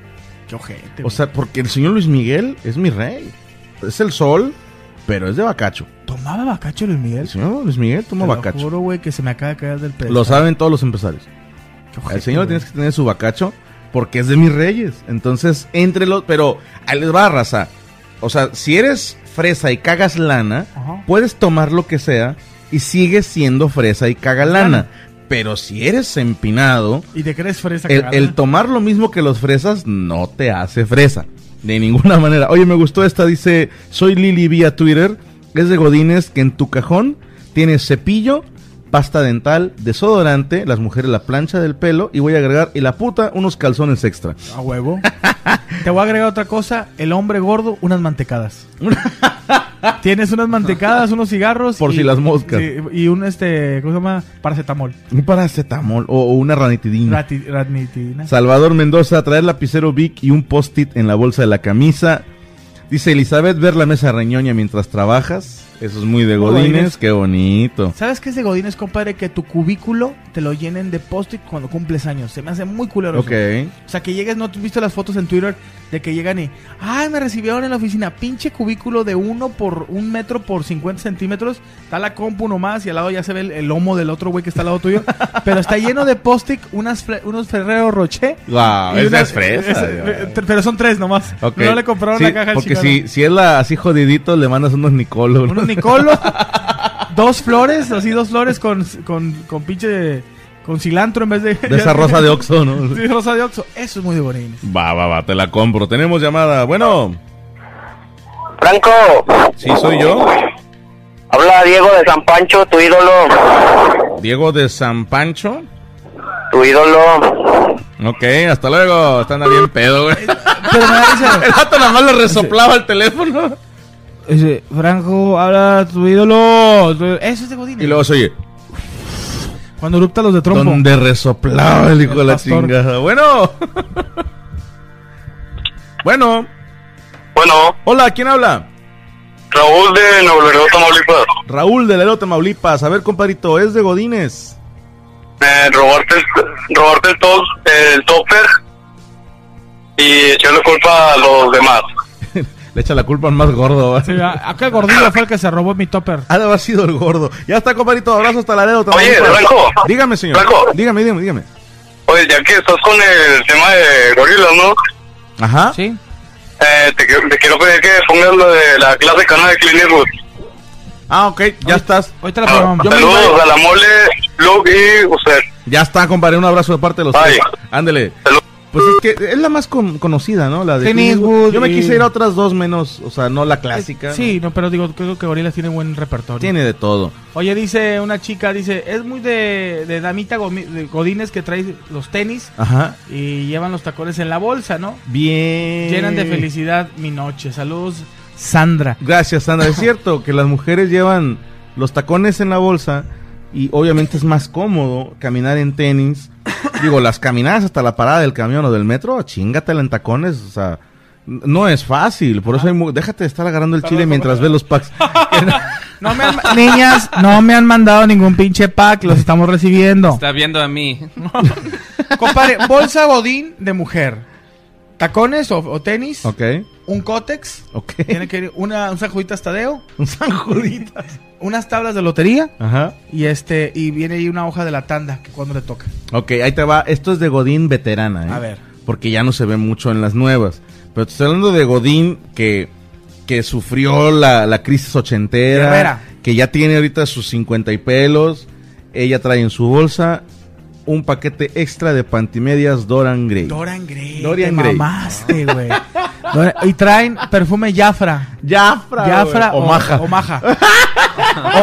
Speaker 3: Qué ojete,
Speaker 4: O
Speaker 3: güey.
Speaker 4: sea, porque el señor Luis Miguel es mi rey. Es el sol, pero es de bacacho.
Speaker 3: tomaba bacacho Luis Miguel.
Speaker 4: El señor Luis Miguel toma
Speaker 3: Te lo
Speaker 4: bacacho.
Speaker 3: juro, güey, que se me acaba de caer del pedo.
Speaker 4: Lo saben todos los empresarios. El señor tienes que tener su bacacho porque es de mis reyes. Entonces, entre los. Pero ahí les va, raza. O sea, si eres fresa y cagas lana,
Speaker 3: Ajá.
Speaker 4: puedes tomar lo que sea y sigues siendo fresa y caga lana. Pero si eres empinado,
Speaker 3: Y te crees fresa,
Speaker 4: el,
Speaker 3: cagada.
Speaker 4: el tomar lo mismo que los fresas no te hace fresa. De ninguna manera. Oye, me gustó esta. Dice, soy Lili vía Twitter. Es de Godines que en tu cajón tienes cepillo, pasta dental, desodorante, las mujeres la plancha del pelo y voy a agregar, y la puta, unos calzones extra.
Speaker 3: A huevo. Te voy a agregar otra cosa. El hombre gordo, unas mantecadas. Tienes unas mantecadas, unos cigarros.
Speaker 4: Por si las moscas.
Speaker 3: sí, Y, un, este, ¿cómo se llama? Paracetamol.
Speaker 4: Un paracetamol o, o una ranitidina.
Speaker 3: Rati- Ranitidina.
Speaker 4: Salvador Mendoza, traer lapicero Vic y un post-it en la bolsa de la camisa. Dice Elizabeth, ver la mesa reñoña mientras trabajas. Eso es muy de Godines.
Speaker 3: Godínez.
Speaker 4: Qué bonito.
Speaker 3: ¿Sabes qué es de Godines, compadre? Que tu cubículo te lo llenen de post-it cuando cumples años. Se me hace muy culero. eso.
Speaker 4: Ok.
Speaker 3: O sea, que llegues, ¿no has visto las fotos en Twitter de que llegan y, ay, me recibieron en la oficina, pinche cubículo de uno por un metro por 50 centímetros, está la compu nomás y al lado ya se ve el, el lomo del otro güey que está al lado tuyo, pero está lleno de post-it, unas fre- unos Ferrero Rocher.
Speaker 4: Wow,
Speaker 3: y
Speaker 4: esa
Speaker 3: unas-
Speaker 4: es fresa,
Speaker 3: es- eh,
Speaker 4: ya.
Speaker 3: pero son tres nomás.
Speaker 4: Ok.
Speaker 3: No le compraron
Speaker 4: Sí,
Speaker 3: la caja al
Speaker 4: Porque
Speaker 3: chingado.
Speaker 4: si, si es la así jodidito, le mandas unos Nicolo. ¿no?
Speaker 3: Unos Nicolo, dos flores, así dos flores con, con, con pinche, con cilantro en vez de...
Speaker 4: De esa rosa de Oxxo, ¿no?
Speaker 3: Sí, rosa de Oxxo. Eso es muy de Godines.
Speaker 4: Va, va, va, te la compro. Tenemos llamada. Bueno,
Speaker 7: Franco,
Speaker 4: sí soy yo.
Speaker 7: habla Diego de San Pancho, tu ídolo.
Speaker 4: Diego de San Pancho.
Speaker 7: Tu ídolo.
Speaker 4: Ok, hasta luego. Están bien pedo, güey.
Speaker 3: Pero me da risa.
Speaker 4: El gato nada más le resoplaba el teléfono.
Speaker 3: Dice, Franco, habla tu ídolo. Tu- Eso es de Godín.
Speaker 4: Y luego se oye,
Speaker 3: Cuando erupta los de trompo.
Speaker 4: donde resoplaba el hijo de la
Speaker 3: pastor.
Speaker 4: chingada. Bueno. bueno.
Speaker 7: Bueno.
Speaker 4: Hola, ¿quién habla?
Speaker 7: Raúl de Nuevo Laredo, Tamaulipas.
Speaker 4: Raúl de Laredo, Tamaulipas. A ver, compadrito, ¿es de Godines?
Speaker 7: Eh, robarte el, robarte el, top, el topper y echarle culpa a los demás.
Speaker 4: Le echa la culpa al más gordo. ¿va?
Speaker 3: ah, Acá el gordillo fue el que se robó mi topper.
Speaker 4: Ha de haber sido el gordo. Ya está, compadrito. Abrazo hasta Laredo.
Speaker 7: Oye,
Speaker 4: Tamaulipas.
Speaker 7: Blanco.
Speaker 4: Dígame, señor.
Speaker 7: Blanco.
Speaker 4: Dígame, dígame, dígame.
Speaker 7: Oye, ya que estás con el tema de gorilas, ¿no?
Speaker 5: ¿Ah?
Speaker 4: Ajá.
Speaker 3: Sí.
Speaker 7: Eh, te, qui- te quiero pedir que pongas lo de la clase cana de Clint Eastwood.
Speaker 4: Ah, ok, ya estás.
Speaker 3: Ahorita la probamos. Yo me
Speaker 7: Saludos a la mole, Luke y usted.
Speaker 4: Ya está, compadre. Un abrazo de parte de los
Speaker 7: Bye.
Speaker 4: tres. Ándele. Pues es que es la más con- conocida, ¿no? La de
Speaker 3: Clint
Speaker 4: Clint Eastwood. Yo me
Speaker 3: y-
Speaker 4: quise ir a otras dos menos, o sea, no la clásica.
Speaker 3: Sí, no, pero digo, creo que Gorilas tiene buen repertorio.
Speaker 4: ¿no? Tiene de todo.
Speaker 3: Oye, dice una chica, dice, es muy de, de damita gomi- de godines que trae los tenis
Speaker 4: Ajá.
Speaker 3: y llevan los tacones en la bolsa, ¿no?
Speaker 4: Bien.
Speaker 3: Llenan de felicidad mi noche. Saludos, Sandra.
Speaker 4: Gracias, Sandra. Es cierto que las mujeres llevan los tacones en la bolsa y obviamente es más cómodo caminar en tenis. Digo, las caminadas hasta la parada del camión o del metro, chingatela en tacones, o sea, n- no es fácil. Por eso hay mu- déjate de estar agarrando el chile mientras ves los packs.
Speaker 3: No me han ma- Niñas, no me han mandado ningún pinche pack, los estamos recibiendo.
Speaker 5: Está viendo a mí.
Speaker 3: Compadre, bolsa godín de mujer. Tacones o, o tenis.
Speaker 4: Ok,
Speaker 3: Un cótex.
Speaker 4: ok.
Speaker 3: Tiene que ir una, un sajuditas tadeo.
Speaker 4: Un San Juditas.
Speaker 3: Unas tablas de lotería.
Speaker 4: Ajá.
Speaker 3: Y este y viene ahí una hoja de la tanda que cuando le toca.
Speaker 4: Ok, ahí te va. Esto es de Godín veterana, ¿eh?
Speaker 3: A ver.
Speaker 4: Porque ya no se ve mucho en las nuevas. Pero te estoy hablando de Godín que, que sufrió la, la crisis ochentera.
Speaker 3: Guerrera.
Speaker 4: Que ya tiene ahorita sus 50 y pelos. Ella trae en su bolsa un paquete extra de pantimedias Doran Gray.
Speaker 3: Dorian Gray.
Speaker 4: Dorian
Speaker 3: te
Speaker 4: Gray.
Speaker 3: mamaste, güey. Dora- y traen perfume Jafra.
Speaker 4: Jafra.
Speaker 3: Jafra
Speaker 4: güey,
Speaker 3: o
Speaker 4: o Maja.
Speaker 3: O Maja.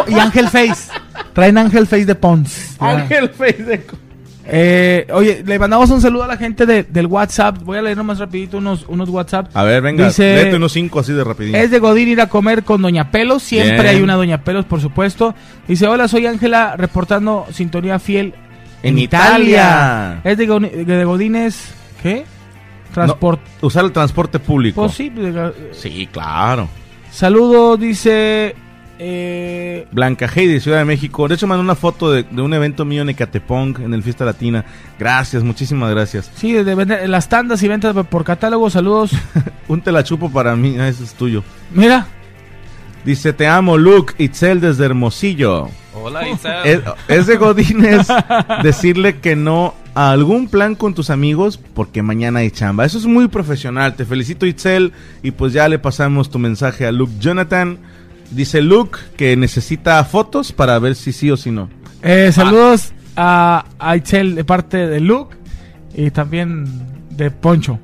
Speaker 3: O- y Ángel Face. Traen Ángel Face de Pons.
Speaker 4: Ángel Face de co-
Speaker 3: Eh, oye, le mandamos un saludo a la gente de- del WhatsApp. Voy a leer nomás rapidito unos, unos WhatsApp.
Speaker 4: A ver, venga,
Speaker 3: Dice-
Speaker 4: léete unos cinco así de rapidito.
Speaker 3: Es de Godín ir a comer con Doña Pelos. Siempre
Speaker 4: Bien.
Speaker 3: hay una Doña Pelos, por supuesto. Dice, hola, soy Ángela, reportando sintonía fiel
Speaker 4: En Italia.
Speaker 3: Es de, Goni- de Godines, ¿qué? Transport.
Speaker 4: Usar el transporte público.
Speaker 3: Pues sí, de- eh,
Speaker 4: Sí, claro.
Speaker 3: Saludo, dice... eh,
Speaker 4: Blanca Heidi, Ciudad de México. De hecho, mandó una foto de, de un evento mío en Ecatepong, en el Fiesta Latina. Gracias, muchísimas gracias.
Speaker 3: sí, de, vender- las tandas y ventas por catálogo. Saludos.
Speaker 4: Un telachupo para mí, ah, ese es tuyo.
Speaker 3: Mira.
Speaker 4: Dice, te amo, Luke, Itzel desde Hermosillo.
Speaker 5: Hola, Isa.
Speaker 4: Es, es de Godínez decirle que no a algún plan con tus amigos porque mañana hay chamba. Eso es muy profesional. Te felicito, Itzel. Y pues ya le pasamos tu mensaje a Luke Jonathan. Dice Luke que necesita fotos para ver si sí o si no.
Speaker 3: Eh, saludos a, a Itzel de parte de Luke y también de Poncho.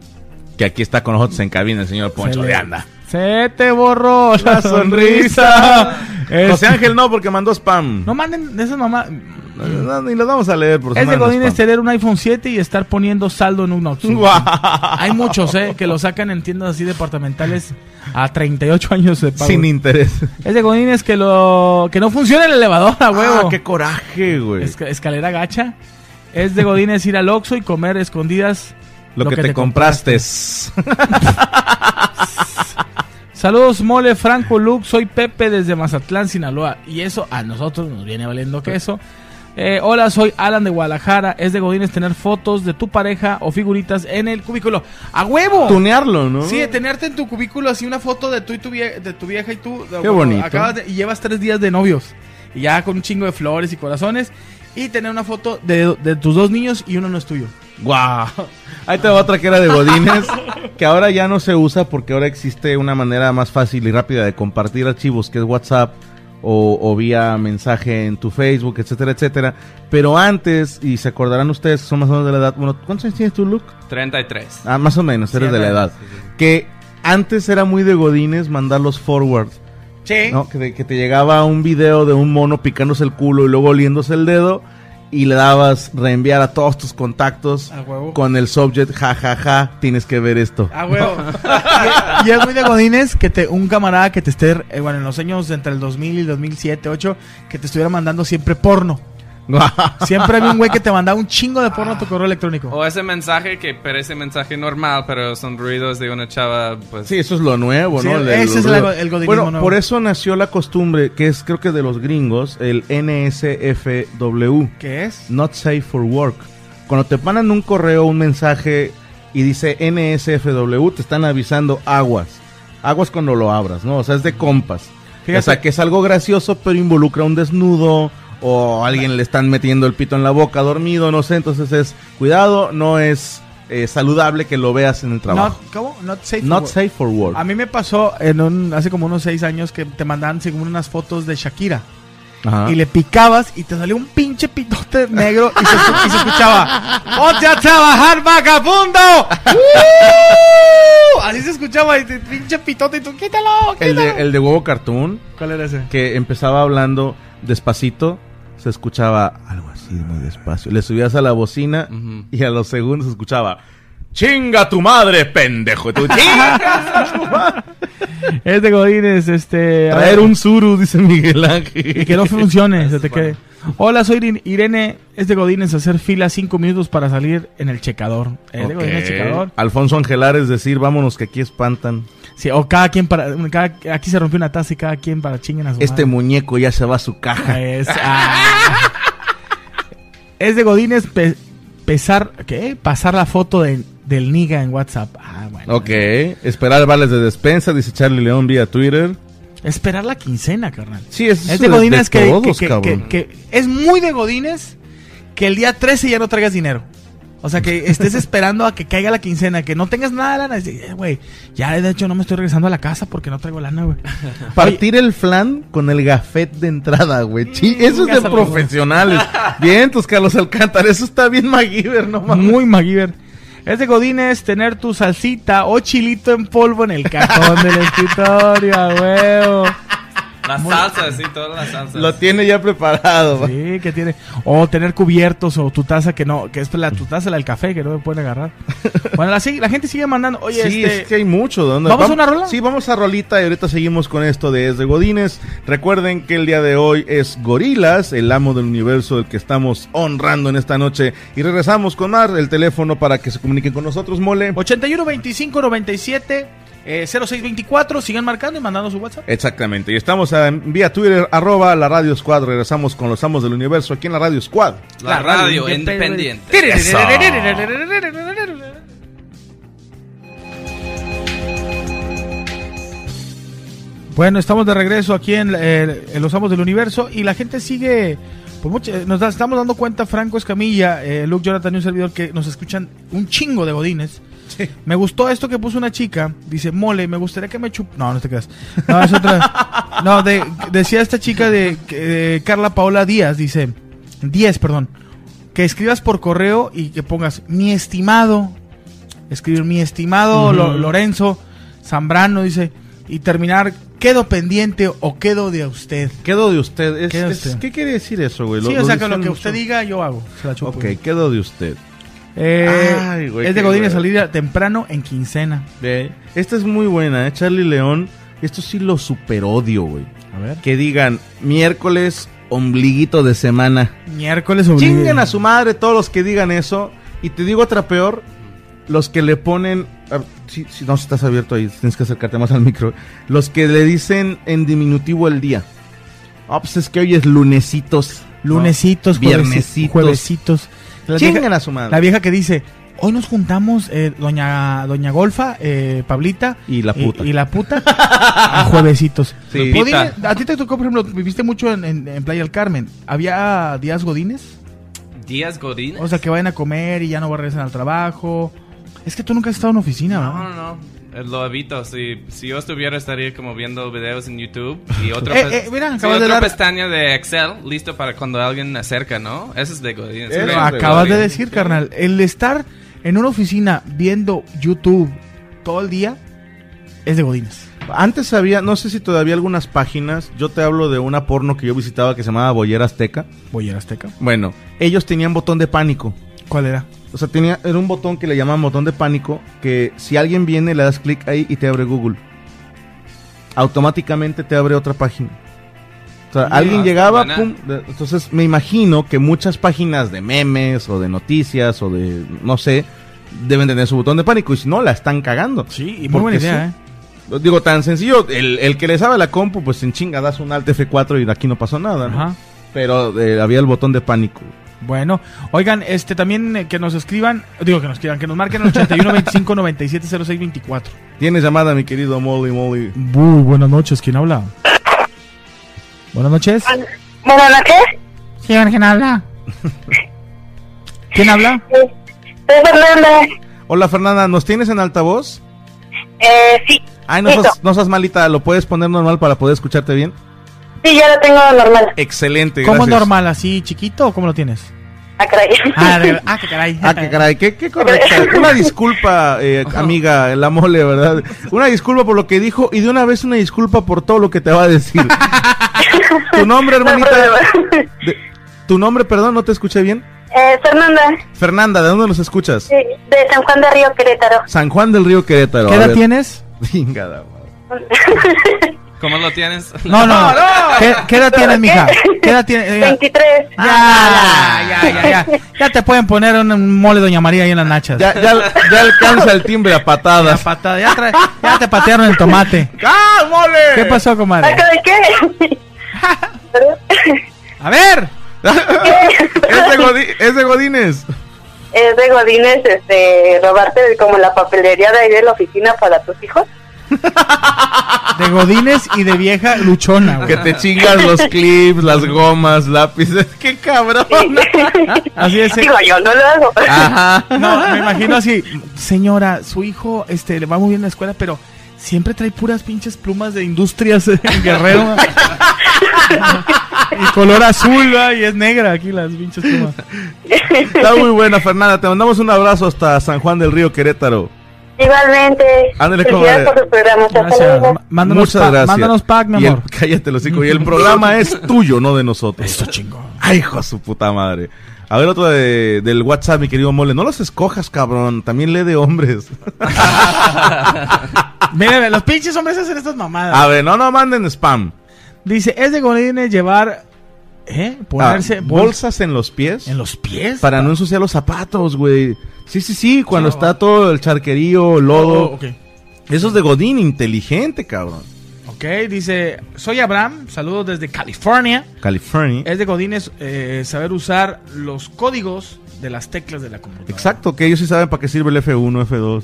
Speaker 4: Que aquí está con nosotros en cabina el señor Poncho
Speaker 3: Se le-
Speaker 4: de Anda.
Speaker 3: Se te borró la
Speaker 4: La
Speaker 3: sonrisa.
Speaker 4: sonrisa.
Speaker 3: Es-
Speaker 4: José Ángel no, porque mandó spam.
Speaker 3: No manden de esas mamás.
Speaker 4: No, no, ni los vamos a leer, por
Speaker 3: Es de
Speaker 4: mandan
Speaker 3: Godínez
Speaker 4: spam.
Speaker 3: tener un iPhone 7 y estar poniendo saldo en un Oxxo.
Speaker 4: Guau.
Speaker 3: Hay muchos, ¿eh? Que lo sacan en tiendas así departamentales a 38 años de pago.
Speaker 4: Sin interés.
Speaker 3: es de Godínez que lo que no funciona el elevador, a huevo.
Speaker 4: Ah, qué coraje, güey.
Speaker 3: Esca- escalera gacha. Es de Godínez ir al Oxxo y comer escondidas
Speaker 4: lo, que, te, compraste.
Speaker 3: Saludos, mole, Franco, Luke, soy Pepe desde Mazatlán, Sinaloa. Y eso a nosotros nos viene valiendo queso. Eh, hola, soy Alan de Guadalajara. Es de Godines tener fotos de tu pareja o figuritas en el cubículo. ¡A huevo!
Speaker 4: Tunearlo, ¿no?
Speaker 3: Sí, de tenerte en tu cubículo así una foto de tú y tu, vie- de tu vieja y tú.
Speaker 4: Qué bonito.
Speaker 3: acabas de- y llevas tres días de novios. Y ya con un chingo de flores y corazones. Y tener una foto de, de tus dos niños y uno no es tuyo.
Speaker 4: Guau. Ahí te va otra que era de Godines, que ahora ya no se usa porque ahora existe una manera más fácil y rápida de compartir archivos, que es WhatsApp o, o vía mensaje en tu Facebook, etcétera, etcétera. Pero antes, y se acordarán ustedes que son más o menos de la edad, bueno, ¿cuántos años tienes tú, Luke?
Speaker 5: 33.
Speaker 4: Ah, más o menos, eres de la edad. Que antes era muy de Godines mandar los forwards.
Speaker 3: Sí.
Speaker 4: ¿no? Que, te- que te llegaba un video de un mono picándose el culo y luego oliéndose el dedo. y le dabas reenviar a todos tus contactos
Speaker 5: Ah,
Speaker 4: con el subject jajaja, tienes que ver esto.
Speaker 8: Ah, huevo. y, y es muy de Godines que te, un camarada que te esté, eh, bueno, en los años entre el 2000 y el 2007, 2008, que te estuviera mandando siempre porno. siempre había un güey que te mandaba un chingo de porno a tu correo electrónico.
Speaker 5: O ese mensaje que parece mensaje normal, pero son ruidos de una chava, pues...
Speaker 4: Sí, eso es lo nuevo,
Speaker 5: Sí,
Speaker 4: ¿no?
Speaker 5: ese es
Speaker 4: lo-
Speaker 5: el go- el godinismo
Speaker 4: Bueno,
Speaker 5: nuevo.
Speaker 4: por eso nació la costumbre, que es creo que de los gringos, el NSFW.
Speaker 8: ¿Qué es?
Speaker 4: Not Safe for Work. Cuando te mandan un correo, un mensaje y dice NSFW, te están avisando aguas. Aguas cuando lo abras, ¿no? O sea, es de compas. O sea, que es algo gracioso, pero involucra un desnudo o alguien le están metiendo el pito en la boca dormido, no sé. Entonces es, cuidado, no es eh, saludable que lo veas en el trabajo.
Speaker 8: Not- ¿Cómo? Not safe.
Speaker 4: Not
Speaker 8: for-
Speaker 4: safe for work.
Speaker 8: A mí me pasó en un, hace como unos seis años que te mandaban según unas fotos de Shakira.
Speaker 4: Ajá.
Speaker 8: Y le picabas y te salió un pinche pitote negro y se, escu- y se escuchaba ¡Ponte a trabajar, vagabundo! ¡Uh! Así se escuchaba y te- pinche pitote y tú ¡Quítalo!
Speaker 4: El
Speaker 8: quítalo!
Speaker 4: de, el de huevo cartoon.
Speaker 8: ¿Cuál era ese?
Speaker 4: Que empezaba hablando despacito, se escuchaba algo así muy despacio. Le subías a la bocina y a los segundos se escuchaba ¡Chinga tu madre, pendejo! Y tú, "Chinga tu madre".
Speaker 3: Es de Godines, este. a
Speaker 4: Traer
Speaker 3: ver.
Speaker 4: un suru, dice Miguel Ángel.
Speaker 3: Y que no funcione, se te quede. Hola, soy Irin- Irene. Es de Godines hacer fila cinco minutos para salir en el checador. Es de
Speaker 4: Ok.
Speaker 3: Godínez, checador.
Speaker 4: Alfonso Angelares decir, vámonos que aquí espantan.
Speaker 3: Sí, o cada quien para. cada- aquí se rompió una taza y cada quien para chinguen a su
Speaker 4: Este
Speaker 3: madre.
Speaker 4: muñeco ya se va a su caja.
Speaker 3: Es, ah. Es de Godines pe- pesar. ¿Qué? Pasar la foto de- del Niga en WhatsApp. Ah, bueno.
Speaker 4: Ok, esperar vales de despensa, dice Charlie León vía Twitter.
Speaker 3: Esperar la quincena, carnal.
Speaker 4: Sí, es,
Speaker 3: Este
Speaker 8: Es de Godines que, que-
Speaker 4: todos,
Speaker 8: que-
Speaker 4: cabrón.
Speaker 8: que- que- es muy de Godines que el día 13 ya no traigas dinero. O sea, que estés esperando a que caiga la quincena, que no tengas nada de lana. Y dices, "Eh, Güey, ya de hecho no me estoy regresando a la casa porque no traigo lana, güey.
Speaker 4: Partir el flan con el gafet de entrada, güey.
Speaker 3: Mm,
Speaker 4: Chi- eso es de
Speaker 3: Gafet.
Speaker 4: profesionales. Bien, tus Carlos Alcántara, eso está bien MacGyver, no mames.
Speaker 3: Muy MacGyver. Es de Godines tener tu salsita o chilito en polvo en el cajón del escritorio, a huevo.
Speaker 5: La salsa, sí, todas las salsas.
Speaker 4: Lo tiene ya
Speaker 3: Mm.
Speaker 4: preparado.
Speaker 3: Sí, que tiene. O tener cubiertos o tu taza que no, que es la, tu taza la del café que no me pueden agarrar. Bueno, la, sig- la gente sigue mandando. Oye,
Speaker 4: sí,
Speaker 3: este,
Speaker 4: es que hay mucho. ¿de dónde?
Speaker 3: ¿Vamos a
Speaker 4: Vam-
Speaker 3: una rola?
Speaker 4: Sí, vamos a rolita y ahorita seguimos con esto de Es de Godines. Recuerden que el día de hoy es Gorilas, el amo del universo del que estamos honrando en esta noche. Y regresamos con Mar, el teléfono para que se comuniquen con nosotros, mole.
Speaker 8: 81 25 97 eh, 0624. Sigan marcando y mandando su WhatsApp.
Speaker 4: Exactamente. Y estamos en, vía Twitter, arroba la Radio Squad. Regresamos con los amos del universo aquí en la Radio Squad.
Speaker 5: La radio independiente.
Speaker 4: Eso.
Speaker 3: Bueno, estamos de regreso aquí en, eh, en Los Amos del Universo y la gente sigue. Pues mucho- eh, nos da- estamos dando cuenta, Franco Escamilla, eh, Luke Jonathan y un servidor que nos escuchan un chingo de godines. Me gustó esto que puso una chica. Dice, mole, me gustaría que me chup... No, no te creas. No, es otra. No, de- decía esta chica de, que- de Carla Paola Díaz, dice, 10, perdón. Que escribas por correo y que pongas, mi estimado, escribir mi estimado
Speaker 8: Ujú.
Speaker 3: Lo- Lorenzo Zambrano, dice, y terminar, quedo pendiente o quedo de usted.
Speaker 4: Quedo de usted. Es-
Speaker 3: Quedo de
Speaker 4: es-
Speaker 3: usted.
Speaker 4: ¿Qué quiere decir eso, güey?
Speaker 3: sí, o sea, que
Speaker 4: dicen
Speaker 3: lo que
Speaker 4: mucho.
Speaker 3: usted diga, yo hago. Se la chupo.
Speaker 4: Ok, quedo de usted.
Speaker 3: Eh,
Speaker 4: Ay, güey,
Speaker 3: es de
Speaker 4: qué
Speaker 3: Godín
Speaker 4: hueva.
Speaker 3: salir temprano en quincena.
Speaker 4: Eh, Esta es muy buena, ¿eh? Charlie León. Esto sí lo super odio, güey.
Speaker 3: A ver.
Speaker 4: Que digan miércoles, ombliguito de semana.
Speaker 3: Miércoles o
Speaker 4: Chingan a su madre todos los que digan eso. Y te digo otra peor, los que le ponen... a ver, Si, si no si estás abierto ahí, tienes que acercarte más al micro. Los que le dicen en diminutivo el día. Ah, pues es que hoy es lunesitos. ¿no?
Speaker 3: Lunesitos,
Speaker 4: Viernesitos.
Speaker 3: viernesitos, juevesitos. La
Speaker 4: Chingan
Speaker 3: vieja-
Speaker 4: a su madre.
Speaker 3: La vieja que dice, hoy nos juntamos eh, doña doña Golfa, eh, Pablita
Speaker 4: Y la puta.
Speaker 3: y, la puta a juevesitos.
Speaker 4: Sí.
Speaker 3: Godínez, a ti te tocó, por ejemplo, viviste mucho en, en- en Playa del Carmen. ¿Había días godines?
Speaker 5: Díaz Godín.
Speaker 3: O sea, que vayan a comer y ya no regresan al trabajo. Es que tú nunca has estado en oficina,
Speaker 5: No,
Speaker 3: ¿verdad?
Speaker 5: no, no. Eh, Lo evito. Si, si yo estuviera, estaría como viendo videos en YouTube y otra,
Speaker 3: Eh,
Speaker 5: pe-
Speaker 3: eh, mira,
Speaker 5: sí,
Speaker 3: acabas de
Speaker 5: otra
Speaker 3: dar-
Speaker 5: pestaña de Excel listo para cuando alguien acerca, ¿no? Eso es de Godín.
Speaker 3: Eso acabas de decir, carnal. El estar en una oficina viendo YouTube todo el día es de godines.
Speaker 4: Antes había, no sé si todavía algunas páginas, yo te hablo de una porno que yo visitaba que se llamaba Boyera Azteca.
Speaker 9: Boyera Azteca.
Speaker 4: Bueno, ellos tenían botón de pánico.
Speaker 9: ¿Cuál era?
Speaker 4: O sea, tenía, era un botón que le llamaban botón de pánico, que si alguien viene le das clic ahí y te abre Google. Automáticamente te abre otra página. O sea,
Speaker 9: Ya,
Speaker 4: alguien llegaba,
Speaker 9: buena.
Speaker 4: pum, de- entonces me imagino que muchas páginas de memes o de noticias o de, no sé, deben tener su botón de pánico y si no, la están cagando.
Speaker 9: Sí, y
Speaker 4: Porque sí. Digo, tan sencillo, el, el que le sabe la compu, pues en chinga das un Alt F4 y aquí no pasó nada, ¿no?
Speaker 9: Ajá.
Speaker 4: Pero eh, había el botón de pánico.
Speaker 9: Bueno, oigan, este también eh, que nos escriban, digo que nos escriban, que nos marquen al 81 25 97 06 24.
Speaker 4: Tienes llamada, mi querido Molly Molly.
Speaker 9: Muy buenas noches, ¿quién habla? Buenas noches.
Speaker 7: Buenas noches.
Speaker 3: Sí, ¿quién habla?
Speaker 4: ¿Quién habla?
Speaker 7: Soy Fernanda.
Speaker 4: Hola Fernanda, ¿nos tienes en altavoz?
Speaker 7: Eh, sí.
Speaker 4: Ay, no
Speaker 7: Listo.
Speaker 4: seas, no seas malita, ¿lo puedes poner normal para poder escucharte bien?
Speaker 7: Sí, ya lo tengo normal.
Speaker 4: Excelente,
Speaker 9: ¿Cómo
Speaker 4: gracias.
Speaker 9: normal? ¿Así chiquito o cómo lo tienes?
Speaker 7: Ah, caray.
Speaker 9: Ah, de- ah, que caray.
Speaker 4: Ah, qué caray, qué, qué correcta. Una disculpa, eh, amiga, la mole, ¿verdad? Una disculpa por lo que dijo y de una vez una disculpa por todo lo que te va a decir. tu nombre, hermanita. de- tu nombre, perdón, no te escuché bien.
Speaker 7: Eh, Fernanda,
Speaker 4: Fernanda, ¿de dónde nos escuchas?
Speaker 7: sí, de San Juan de Río, Querétaro.
Speaker 4: San Juan del Río Querétaro.
Speaker 3: ¿Qué
Speaker 4: a
Speaker 3: edad
Speaker 4: ver.
Speaker 3: tienes?
Speaker 4: Chingada, madre.
Speaker 5: ¿Cómo lo tienes?
Speaker 3: No, no. ¿Qué, qué edad tienes, mija? ¿Qué edad tienes? Eh,
Speaker 7: 23.
Speaker 3: Ya, ya, ya, ya. Ya te pueden poner un- un mole Doña María ahí en las nachas.
Speaker 4: Ya, ya, ya alcanza el timbre a patadas.
Speaker 3: patada, ya, trae- ya te patearon el tomate.
Speaker 4: ¡Ah, mole!
Speaker 3: ¿Qué pasó,
Speaker 7: ¿Ah,
Speaker 3: comadre?
Speaker 7: ¿De qué?
Speaker 3: A ver.
Speaker 4: es, de Godi- es de Godines.
Speaker 7: Es de Godines, este, robarte de- como la papelería de ahí de la oficina para tus hijos.
Speaker 3: De Godines y de vieja luchona, güey.
Speaker 4: Que te chingas los clips, las gomas, lápices. ¡Qué cabrón!
Speaker 3: Así es. eh.
Speaker 7: Digo, yo no lo hago.
Speaker 4: Ajá.
Speaker 3: No, me imagino así. Señora, su hijo este, le va muy bien en la escuela, pero siempre trae puras pinches plumas de industrias eh, en Guerrero. y color azul, ¿va? y es negra aquí las pinches plumas.
Speaker 4: Está muy buena, Fernanda. Te mandamos un abrazo hasta San Juan del Río, Querétaro.
Speaker 7: Igualmente.
Speaker 4: Ándale,
Speaker 7: Felicidades
Speaker 4: comadre.
Speaker 7: por sus programas. Hasta
Speaker 3: Gracias.
Speaker 7: luego.
Speaker 3: Ma- Mándanos
Speaker 4: Muchas
Speaker 3: pa-
Speaker 4: gracias.
Speaker 3: Mándanos pack, mi
Speaker 4: Y el-
Speaker 3: amor.
Speaker 4: cállate, los Y el programa es tuyo, no de nosotros. Eso
Speaker 3: chingón.
Speaker 4: Ay, hijo de su puta madre. A ver, otro de- del WhatsApp, mi querido Mole. No los escojas, cabrón. También lee de hombres.
Speaker 3: Mírame, los pinches hombres hacen estas mamadas.
Speaker 4: A ver, no, no manden spam.
Speaker 3: Dice, es de Godines llevar. ¿Eh? Ponerse
Speaker 4: Ah,
Speaker 3: bolsa
Speaker 4: bolsas en los pies.
Speaker 3: en los pies.
Speaker 4: Para no ensuciar los zapatos, güey. Sí, sí, sí. Cuando está todo el charquerío, lodo.
Speaker 3: Oh, ok.
Speaker 4: Eso es de Godín, inteligente, cabrón.
Speaker 3: Ok, dice, soy Abraham, saludos desde California.
Speaker 4: California.
Speaker 3: Es de Godines eh, saber usar los códigos de las teclas de la computadora.
Speaker 4: Exacto, que ellos sí saben para qué sirve el F1, F2.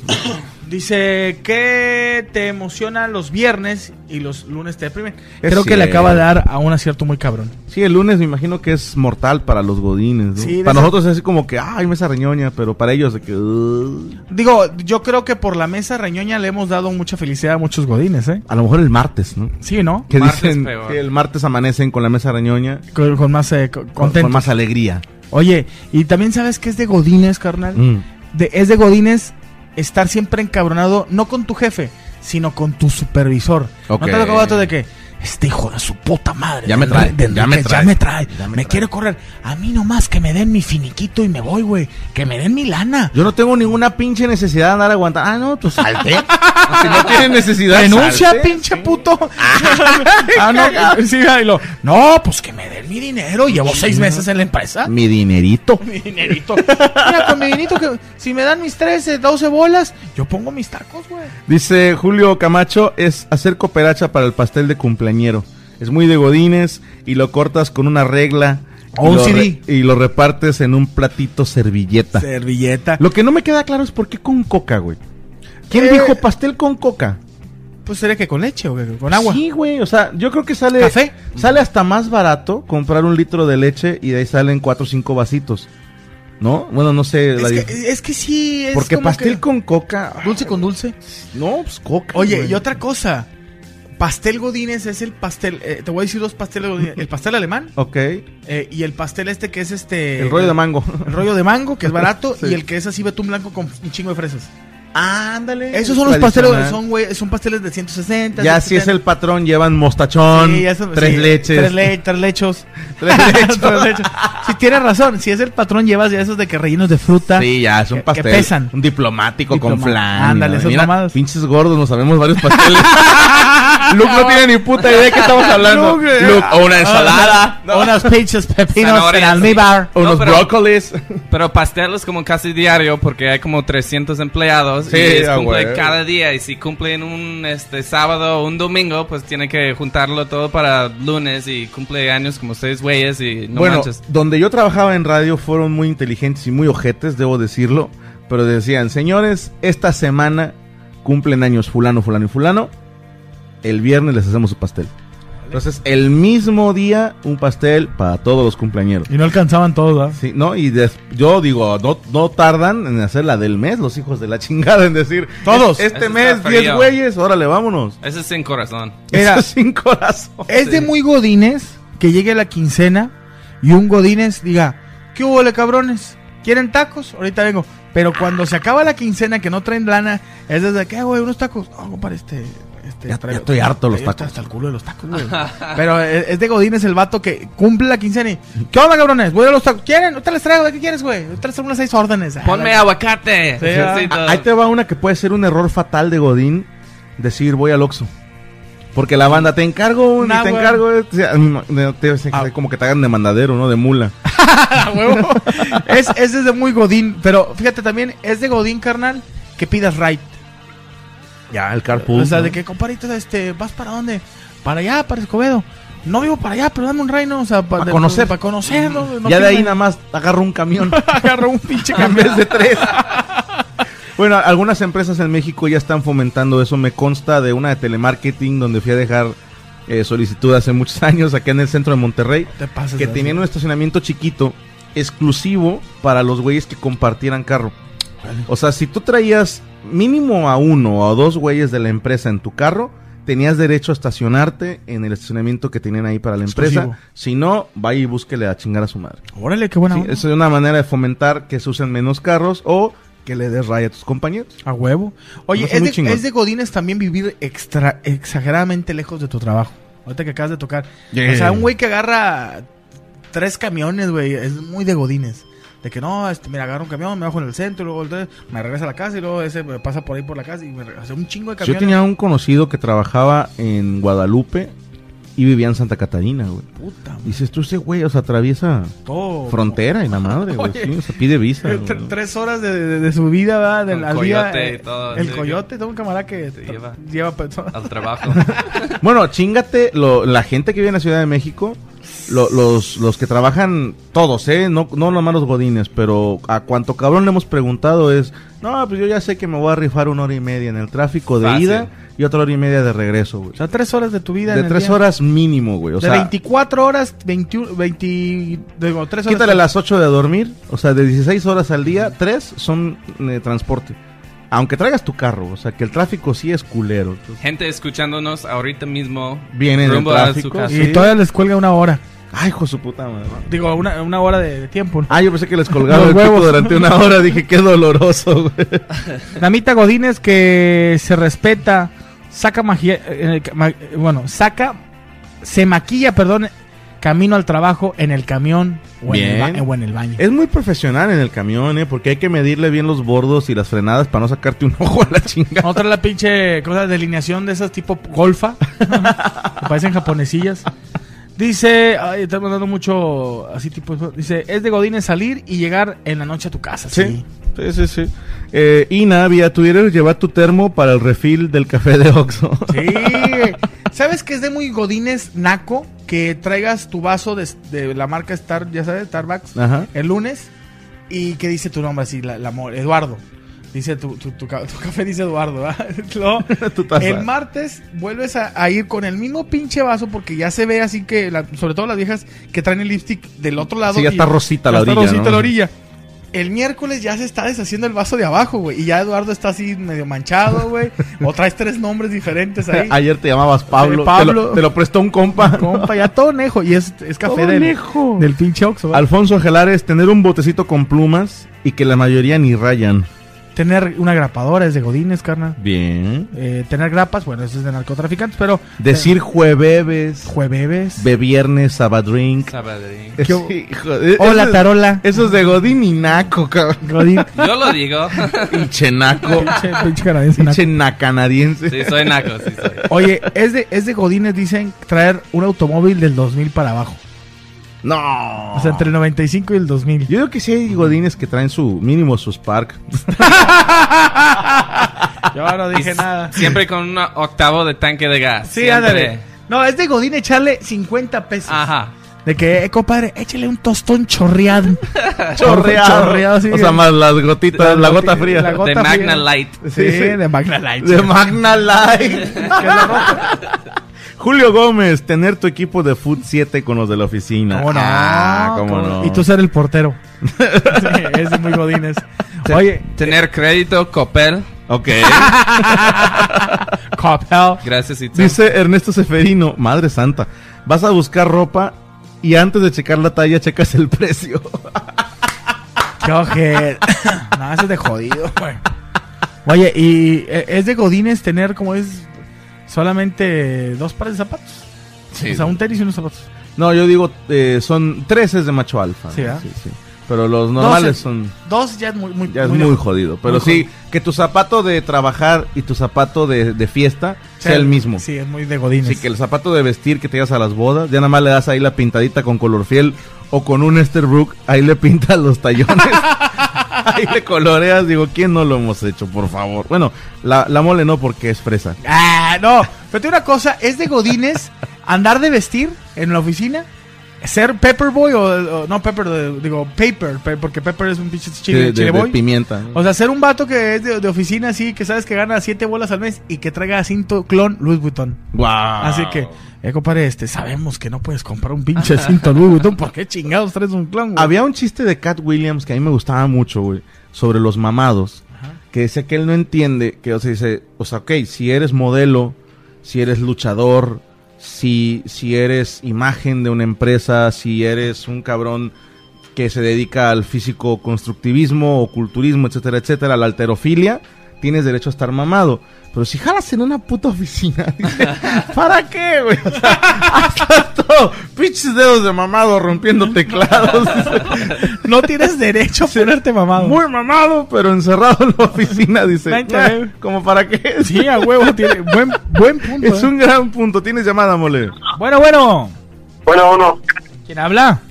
Speaker 3: Dice que te emocionan los viernes y los lunes te deprimen.
Speaker 4: Es
Speaker 3: Creo que le
Speaker 4: cierto.
Speaker 3: acaba de dar a un acierto muy cabrón.
Speaker 4: Sí, el lunes me imagino que es mortal para los godines. ¿no?
Speaker 3: Sí, de
Speaker 4: para
Speaker 3: esa-
Speaker 4: nosotros es así como que, ay, mesa reñoña, pero para ellos de que... "Ugh".
Speaker 3: Digo, yo creo que por la mesa reñoña le hemos dado mucha felicidad a muchos Godines, ¿eh?
Speaker 4: a lo mejor el martes, ¿no?
Speaker 3: Sí, ¿no?
Speaker 4: Que
Speaker 5: Martes
Speaker 4: dicen
Speaker 5: peor.
Speaker 4: que el martes amanecen con la mesa reñoña. con-
Speaker 3: Con, con más eh, co-
Speaker 4: Con,
Speaker 3: contento.
Speaker 4: más alegría.
Speaker 3: Oye, y también sabes que es de Godines, carnal.
Speaker 4: Mm.
Speaker 3: de- es de Godines estar siempre encabronado, no con tu jefe, sino con tu supervisor.
Speaker 4: Ok.
Speaker 3: No te lo dato de que este hijo de su puta madre.
Speaker 4: Ya me
Speaker 3: de
Speaker 4: trae,
Speaker 3: Enrique- de
Speaker 4: ya me
Speaker 3: Enrique,
Speaker 4: trae,
Speaker 3: ya me trae,
Speaker 4: ya me
Speaker 3: me
Speaker 4: trae.
Speaker 3: quiere correr. A mí nomás que me den mi finiquito y me voy, güey. Que me den mi lana.
Speaker 4: Yo no tengo ninguna pinche necesidad de andar aguantando. Ah, no, tú salte. si no tienes necesidad,
Speaker 3: Renuncia,
Speaker 4: salte.
Speaker 3: pinche puto. ah, no, sí, ahí lo- no, pues que me den mi dinero. Llevo seis meses en la empresa.
Speaker 4: Mi dinerito.
Speaker 3: Mi dinerito. Mira, con mi dinerito, que si me dan mis 13, 12 bolas, yo pongo mis tacos, güey.
Speaker 4: Dice Julio Camacho, es hacer cooperacha para el pastel de cumpleañero. Es muy de godines y lo cortas con una regla.
Speaker 3: O
Speaker 4: y
Speaker 3: un
Speaker 4: lo
Speaker 3: CD.
Speaker 4: re- y lo repartes en un platito servilleta.
Speaker 3: Servilleta.
Speaker 4: Lo que no me queda claro es por qué con coca, güey. ¿Quién
Speaker 3: Eh,
Speaker 4: dijo pastel con coca?
Speaker 3: Pues sería que con leche o que con agua.
Speaker 4: Sí, güey. O sea, yo creo que sale.
Speaker 3: ¿Café?
Speaker 4: Sale hasta más barato comprar un litro de leche y de ahí salen cuatro o cinco vasitos. ¿No? Bueno, no sé. la
Speaker 3: Es,
Speaker 4: dif-
Speaker 3: que, es que sí, es
Speaker 4: Porque
Speaker 3: como
Speaker 4: pastel
Speaker 3: que
Speaker 4: con coca.
Speaker 3: dulce con dulce.
Speaker 4: No, pues coca.
Speaker 3: Oye,
Speaker 4: güey.
Speaker 3: y otra cosa. Pastel Godines es el pastel. eh, te voy a decir dos pasteles Godínez. El pastel alemán
Speaker 4: Ok.
Speaker 3: eh, y el pastel este que es este.
Speaker 4: El rollo de mango.
Speaker 3: El rollo de mango, que es barato,
Speaker 4: Sí.
Speaker 3: y el que es así betún blanco con un chingo de fresas. Ándale. Esos son los pasteles,
Speaker 4: Tradicional.
Speaker 3: son, güey, son pasteles de 160.
Speaker 4: Ya si es el patrón, llevan mostachón,
Speaker 3: Sí, eso-
Speaker 4: tres
Speaker 3: sí,
Speaker 4: leches.
Speaker 3: Tres, le- tres lechos.
Speaker 4: Tres lechos.
Speaker 3: Si tienes razón, si es el patrón, llevas ya esos de que rellenos de fruta.
Speaker 4: Sí, ya, es un
Speaker 3: que-
Speaker 4: pastel.
Speaker 3: Que pesan.
Speaker 4: Un diplomático con
Speaker 3: Diploma-
Speaker 4: flan.
Speaker 3: Ándale,
Speaker 4: Mira,
Speaker 3: esas
Speaker 4: mira,
Speaker 3: mamadas.
Speaker 4: Pinches gordos, nos sabemos varios pasteles. Luke no tiene ni puta idea de qué estamos hablando.
Speaker 3: Luke, eh.
Speaker 4: Luke, o una ensalada.
Speaker 3: O Unas pinches pepinos en
Speaker 5: Zanahorias.
Speaker 3: almíbar.
Speaker 5: No, pero-
Speaker 4: brócolis.
Speaker 5: Pero pasteles como casi diario porque hay como 300 empleados
Speaker 4: Sí,
Speaker 5: y es
Speaker 4: ah,
Speaker 5: cumple
Speaker 4: güey.
Speaker 5: cada día y si cumplen un este sábado o un domingo pues tiene que juntarlo todo para lunes y cumple años como seis güeyes y no
Speaker 4: bueno,
Speaker 5: manches.
Speaker 4: donde yo trabajaba en radio fueron muy inteligentes y muy ojetes, debo decirlo. Pero decían, señores, esta semana cumplen años fulano, fulano y fulano. El viernes les hacemos su pastel. Entonces, el mismo día, un pastel para todos los cumpleañeros.
Speaker 3: Y no alcanzaban todos, ¿verdad?
Speaker 4: Sí, no, y des- yo digo, no, no tardan en hacer la del mes, los hijos de la chingada, en decir,
Speaker 3: Todos.
Speaker 4: "Es- Este
Speaker 5: Eso
Speaker 4: mes,
Speaker 5: está
Speaker 4: 10
Speaker 5: frío.
Speaker 4: güeyes, órale, vámonos.
Speaker 5: Ese es sin corazón.
Speaker 3: Mira,
Speaker 4: sin corazón.
Speaker 3: Es de muy godines que llegue la quincena y un godines diga, ¿qué hubo, le cabrones? ¿Quieren tacos? Ahorita vengo. Pero cuando se acaba la quincena que no traen lana, es desde que, "Ah, güey, unos tacos. No, compadre, este... este
Speaker 4: Ya-
Speaker 3: traigo-
Speaker 4: ya estoy harto de los
Speaker 3: traigo
Speaker 4: tacos.
Speaker 3: Hasta el culo de los tacos, güey. Pero e, es es de godines el vato que cumple la quincena y, ¿qué onda, cabrones? Voy a los tacos. ¿Quieren? Ahorita les traigo, ¿qué quieres, güey? Ahorita les traigo unas seis órdenes.
Speaker 5: Ponme
Speaker 3: Ah,
Speaker 5: aguacate.
Speaker 3: Sí,
Speaker 5: Sí,
Speaker 3: ah.
Speaker 5: sí,
Speaker 4: Ah,
Speaker 5: todo.
Speaker 4: Ahí te va una que puede ser un error fatal de Godín, decir voy al Oxxo. Porque la banda, te encargo un, y
Speaker 3: Nah,
Speaker 4: te
Speaker 3: güey. Ah.
Speaker 4: encargo, eh, o sea, mm, no, te- se- como que te hagan de mandadero, ¿no? De mula.
Speaker 3: es, es desde muy godín, pero fíjate también, es de godín, carnal, que pidas right.
Speaker 4: Ya, el carpool.
Speaker 3: o sea,
Speaker 4: ¿no?
Speaker 3: de que, compadrito, este, ¿vas para dónde? Para allá, para Escobedo. No vivo para allá, pero dame un reino, o sea,
Speaker 4: Pa'
Speaker 3: para
Speaker 4: conocer.
Speaker 3: Para conocerlo.
Speaker 4: ya de ahí nada más agarro un camión.
Speaker 3: agarro un pinche
Speaker 4: en
Speaker 3: camión.
Speaker 4: vez de tres. Bueno, algunas empresas en México ya están fomentando eso. Me consta de una de telemarketing donde fui a dejar eh, solicitud hace muchos años acá en el centro de Monterrey.
Speaker 3: Te pasas,
Speaker 4: que
Speaker 3: ¿verdad?
Speaker 4: tenían un estacionamiento chiquito exclusivo para los güeyes que compartieran carro. O sea, si tú traías mínimo a uno o a dos güeyes de la empresa en tu carro, tenías derecho a estacionarte en el estacionamiento que tenían ahí para la empresa.
Speaker 3: Exclusivo.
Speaker 4: Si no, vaya y búsquele a chingar a su madre.
Speaker 3: Órale, qué buena
Speaker 4: Sí,
Speaker 3: onda.
Speaker 4: eso es una manera de fomentar que se usen menos carros o que le des raya a tus compañeros.
Speaker 3: A huevo. Oye,
Speaker 4: No, está
Speaker 3: es
Speaker 4: muy
Speaker 3: de,
Speaker 4: chingón.
Speaker 3: es de Godines también vivir extra, exageradamente lejos de tu trabajo. Ahorita que acabas de tocar.
Speaker 4: Yeah.
Speaker 3: O sea, un güey que agarra tres camiones, güey, es muy de Godines. De que no, este, mira, agarro un camión, me bajo en el centro, y luego el tres, me regresa a la casa y luego ese me pasa por ahí por la casa y me regresa. O sea, un chingo de
Speaker 4: Yo
Speaker 3: camiones.
Speaker 4: tenía un conocido que trabajaba en Guadalupe y vivía en Santa Catarina, güey.
Speaker 3: Puta madre.
Speaker 4: Dices tú, ese güey, o sea, atraviesa
Speaker 3: Todo.
Speaker 4: frontera y la madre, güey.
Speaker 3: Oye.
Speaker 4: sí, o sea, pide visa. güey.
Speaker 3: Tre- Tres horas de, de- de su vida, ¿verdad? Del,
Speaker 5: Con
Speaker 3: al día.
Speaker 5: coyote y
Speaker 3: eh,
Speaker 5: todo,
Speaker 3: el
Speaker 5: sí,
Speaker 3: coyote, todo un camarada que tra- lleva,
Speaker 5: lleva.
Speaker 3: personas.
Speaker 5: Al trabajo.
Speaker 4: Bueno, chingate lo- la gente que vive en la Ciudad de México, lo- los, los que trabajan, todos, ¿eh? No, no nomás los godines, pero a cuanto cabrón le hemos preguntado es, no, pues yo ya sé que me voy a rifar una hora y media en el tráfico de
Speaker 5: Fácil.
Speaker 4: ida y otra hora y media de regreso, güey.
Speaker 3: O sea, tres horas de tu vida.
Speaker 4: De
Speaker 3: en el
Speaker 4: tres
Speaker 3: día.
Speaker 4: horas mínimo, güey. O
Speaker 3: de
Speaker 4: sea,
Speaker 3: 24 horas, 21, 20, digo, tres horas.
Speaker 4: quítale las 8 de dormir, o sea, de 16 horas al día, 3 son eh, transporte. Aunque traigas tu carro, o sea, que el tráfico sí es culero. Entonces,
Speaker 5: Gente escuchándonos ahorita mismo.
Speaker 4: Vienen en el
Speaker 5: rumbo a su
Speaker 4: tráfico.
Speaker 5: casa.
Speaker 3: Y todavía les cuelga una hora.
Speaker 4: Ay, hijo de su puta madre.
Speaker 3: Digo, una, una hora de, de tiempo.
Speaker 4: Ah, yo pensé que les colgaba
Speaker 3: Los
Speaker 4: el huevo
Speaker 3: huevos.
Speaker 4: durante una hora. Dije, qué doloroso, güey.
Speaker 3: Namita Godínez que se respeta, saca magia, eh, eh, ma- eh, bueno, saca, se maquilla, perdón, camino al trabajo en el camión o, En, el
Speaker 4: Bien.
Speaker 3: ba- o en el baño.
Speaker 4: Es muy profesional en el camión, ¿eh? Porque hay que medirle bien los bordos y las frenadas para no sacarte un ojo a la chingada.
Speaker 3: Otra la pinche cosa de delineación de esas tipo golfa. que parecen japonesillas. Dice, ay, está mandando mucho así tipo. Dice, es de Godínez salir y llegar en la noche a tu casa. Sí.
Speaker 4: sí, sí. sí. Eh, Ina, vía Twitter, lleva tu termo para el refil del café de Oxxo.
Speaker 3: Sí. ¿Sabes que es de muy Godínez naco que traigas tu vaso de, de la marca Star, ya sabes, Starbucks
Speaker 4: Ajá.
Speaker 3: el lunes y que dice tu nombre así, la, la mo- Eduardo. Dice tu, tu- tu ca- tu café, dice Eduardo. ¿verdad? Luego,
Speaker 4: Tu taza.
Speaker 3: El martes vuelves a, a ir con el mismo pinche vaso porque ya se ve así que, la- sobre todo las viejas que traen el lipstick del otro lado.
Speaker 4: Sí, ya
Speaker 3: y-
Speaker 4: está rosita
Speaker 3: ya
Speaker 4: la
Speaker 3: está
Speaker 4: orilla,
Speaker 3: rosita
Speaker 4: ¿no?
Speaker 3: la orilla. El miércoles ya se está deshaciendo el vaso de abajo, güey. Y ya Eduardo está así medio manchado, güey. O traes tres nombres diferentes ahí.
Speaker 4: Ayer te llamabas Pablo.
Speaker 3: Sí, Eh, Pablo.
Speaker 4: Te, lo, te lo prestó un compa.
Speaker 3: Compa, ya todo nejo. Y es, es café
Speaker 4: Todo
Speaker 3: del,
Speaker 4: nejo.
Speaker 3: del pinche Oxxo. ¿verdad?
Speaker 4: Alfonso Gelares, tener un botecito con plumas y que la mayoría ni rayan.
Speaker 3: Tener una grapadora es de Godines, carnal.
Speaker 4: Bien.
Speaker 3: Eh, tener grapas, bueno, eso es de narcotraficantes, pero.
Speaker 4: Decir jueves.
Speaker 3: Jueves.
Speaker 4: De viernes, sabadrink.
Speaker 5: Sabadrink.
Speaker 4: Es-
Speaker 3: ¿Qué-
Speaker 4: hijo de-
Speaker 3: Hola,
Speaker 4: eso es-
Speaker 3: tarola.
Speaker 4: Eso es de Godín y Naco, cabrón.
Speaker 3: Godín.
Speaker 5: Yo lo digo.
Speaker 4: Pinche Naco.
Speaker 3: Pinche- pinche canadiense naco.
Speaker 4: Pinche nacanadiense.
Speaker 5: Sí, soy naco, sí soy.
Speaker 3: Oye, es de, es de Godines, dicen, traer un automóvil del 2000 para abajo.
Speaker 4: No.
Speaker 3: O sea, entre el 95 y el 2000.
Speaker 4: Yo creo que sí hay godines que traen su mínimo su Spark.
Speaker 3: Yo no dije
Speaker 5: Y
Speaker 3: nada.
Speaker 5: Siempre con un octavo de tanque de gas.
Speaker 3: Sí,
Speaker 5: siempre.
Speaker 3: ándale. Ah. No, es de Godín echarle 50 pesos.
Speaker 5: Ajá.
Speaker 3: De que, eh, compadre, échale un tostón chorreado.
Speaker 4: Chorreado.
Speaker 3: Chorreado, sí.
Speaker 4: o sea, más las gotitas, la gota fría.
Speaker 3: La gota
Speaker 5: de
Speaker 3: fría.
Speaker 5: Magna Light.
Speaker 3: Sí, de Magna Light.
Speaker 4: De Magna Light. Julio Gómez, tener tu equipo de Food 7 con los de la oficina.
Speaker 3: ¿Cómo no?
Speaker 4: Ah, cómo
Speaker 3: ¿Cómo
Speaker 4: no.
Speaker 3: Y tú ser el portero. Sí, es muy Godínez. Oye,
Speaker 5: Tener crédito, Copel.
Speaker 4: Ok.
Speaker 3: Coppel.
Speaker 5: Gracias, Itzel.
Speaker 4: Dice Ernesto Seferino, madre santa, vas a buscar ropa y antes de checar la talla checas el precio.
Speaker 3: Qué ojete. no, eso es de jodido, güey. Oye, ¿y eh, es de Godines tener como es solamente dos pares de zapatos?
Speaker 4: Sí.
Speaker 3: O sea, un tenis y unos zapatos.
Speaker 4: No, yo digo, eh, son 13 de macho alfa.
Speaker 3: Sí,
Speaker 4: ¿no?
Speaker 3: ¿verdad?
Speaker 4: Pero los normales
Speaker 3: Doce.
Speaker 4: son...
Speaker 3: Dos ya es muy, muy,
Speaker 4: Ya es
Speaker 3: muy
Speaker 4: muy,
Speaker 3: lejos.
Speaker 4: jodido.
Speaker 3: Muy
Speaker 4: Pero sí, que tu zapato de trabajar y tu zapato de, de fiesta sea, el mismo.
Speaker 3: Sí, es muy de Godines.
Speaker 4: Sí, que el zapato de vestir que te llevas a las bodas, ya nada más le das ahí la pintadita con color fiel o con un Esterbrook, ahí le pintas los tallones. ahí le coloreas. Digo, ¿quién no lo hemos hecho, por favor? Bueno, la, la mole no porque es fresa.
Speaker 3: Ah, no. Pero te digo una cosa, es de Godines andar de vestir en la oficina. Ser Pepperboy o, o- no Pepper, de- digo Paper, pe- porque Pepper es un pinche chile,
Speaker 4: de, de-
Speaker 3: chile
Speaker 4: de
Speaker 3: boy.
Speaker 4: pimienta.
Speaker 3: O sea, ser un vato que es de, de oficina así, que sabes que gana siete bolas al mes y que traiga cinto clon Louis Vuitton.
Speaker 4: Guau.
Speaker 3: Así que,
Speaker 4: Ah.
Speaker 3: eh, compadre, este, sabemos que no puedes comprar un pinche cinto Louis Vuitton, ¿por qué chingados traes un clon? güey?
Speaker 4: Había un chiste de Cat Williams que a mí me gustaba mucho, güey, sobre los mamados. Que decía que él no entiende, que o sea, dice, o sea, ok, si eres modelo, si eres luchador, si, si eres imagen de una empresa, si eres un cabrón que se dedica al físico constructivismo o culturismo, etcétera, etcétera, a la alterofilia, tienes derecho a estar mamado. Pero si jalas en una puta oficina, dice, ¿para qué, güey? O sea, haz todo, pinches dedos de mamado rompiendo teclados.
Speaker 3: No tienes derecho a ponerte mamado.
Speaker 4: Muy mamado, pero encerrado en la oficina, dice.
Speaker 3: Vente,
Speaker 4: "Ah,
Speaker 3: ven".
Speaker 4: ¿Como para qué?
Speaker 3: Sí, a huevo tiene. Buen, buen punto.
Speaker 4: Es
Speaker 3: eh.
Speaker 4: un gran punto. Tienes llamada, mole.
Speaker 3: Bueno, bueno.
Speaker 7: Bueno, uno,
Speaker 3: ¿Quién habla?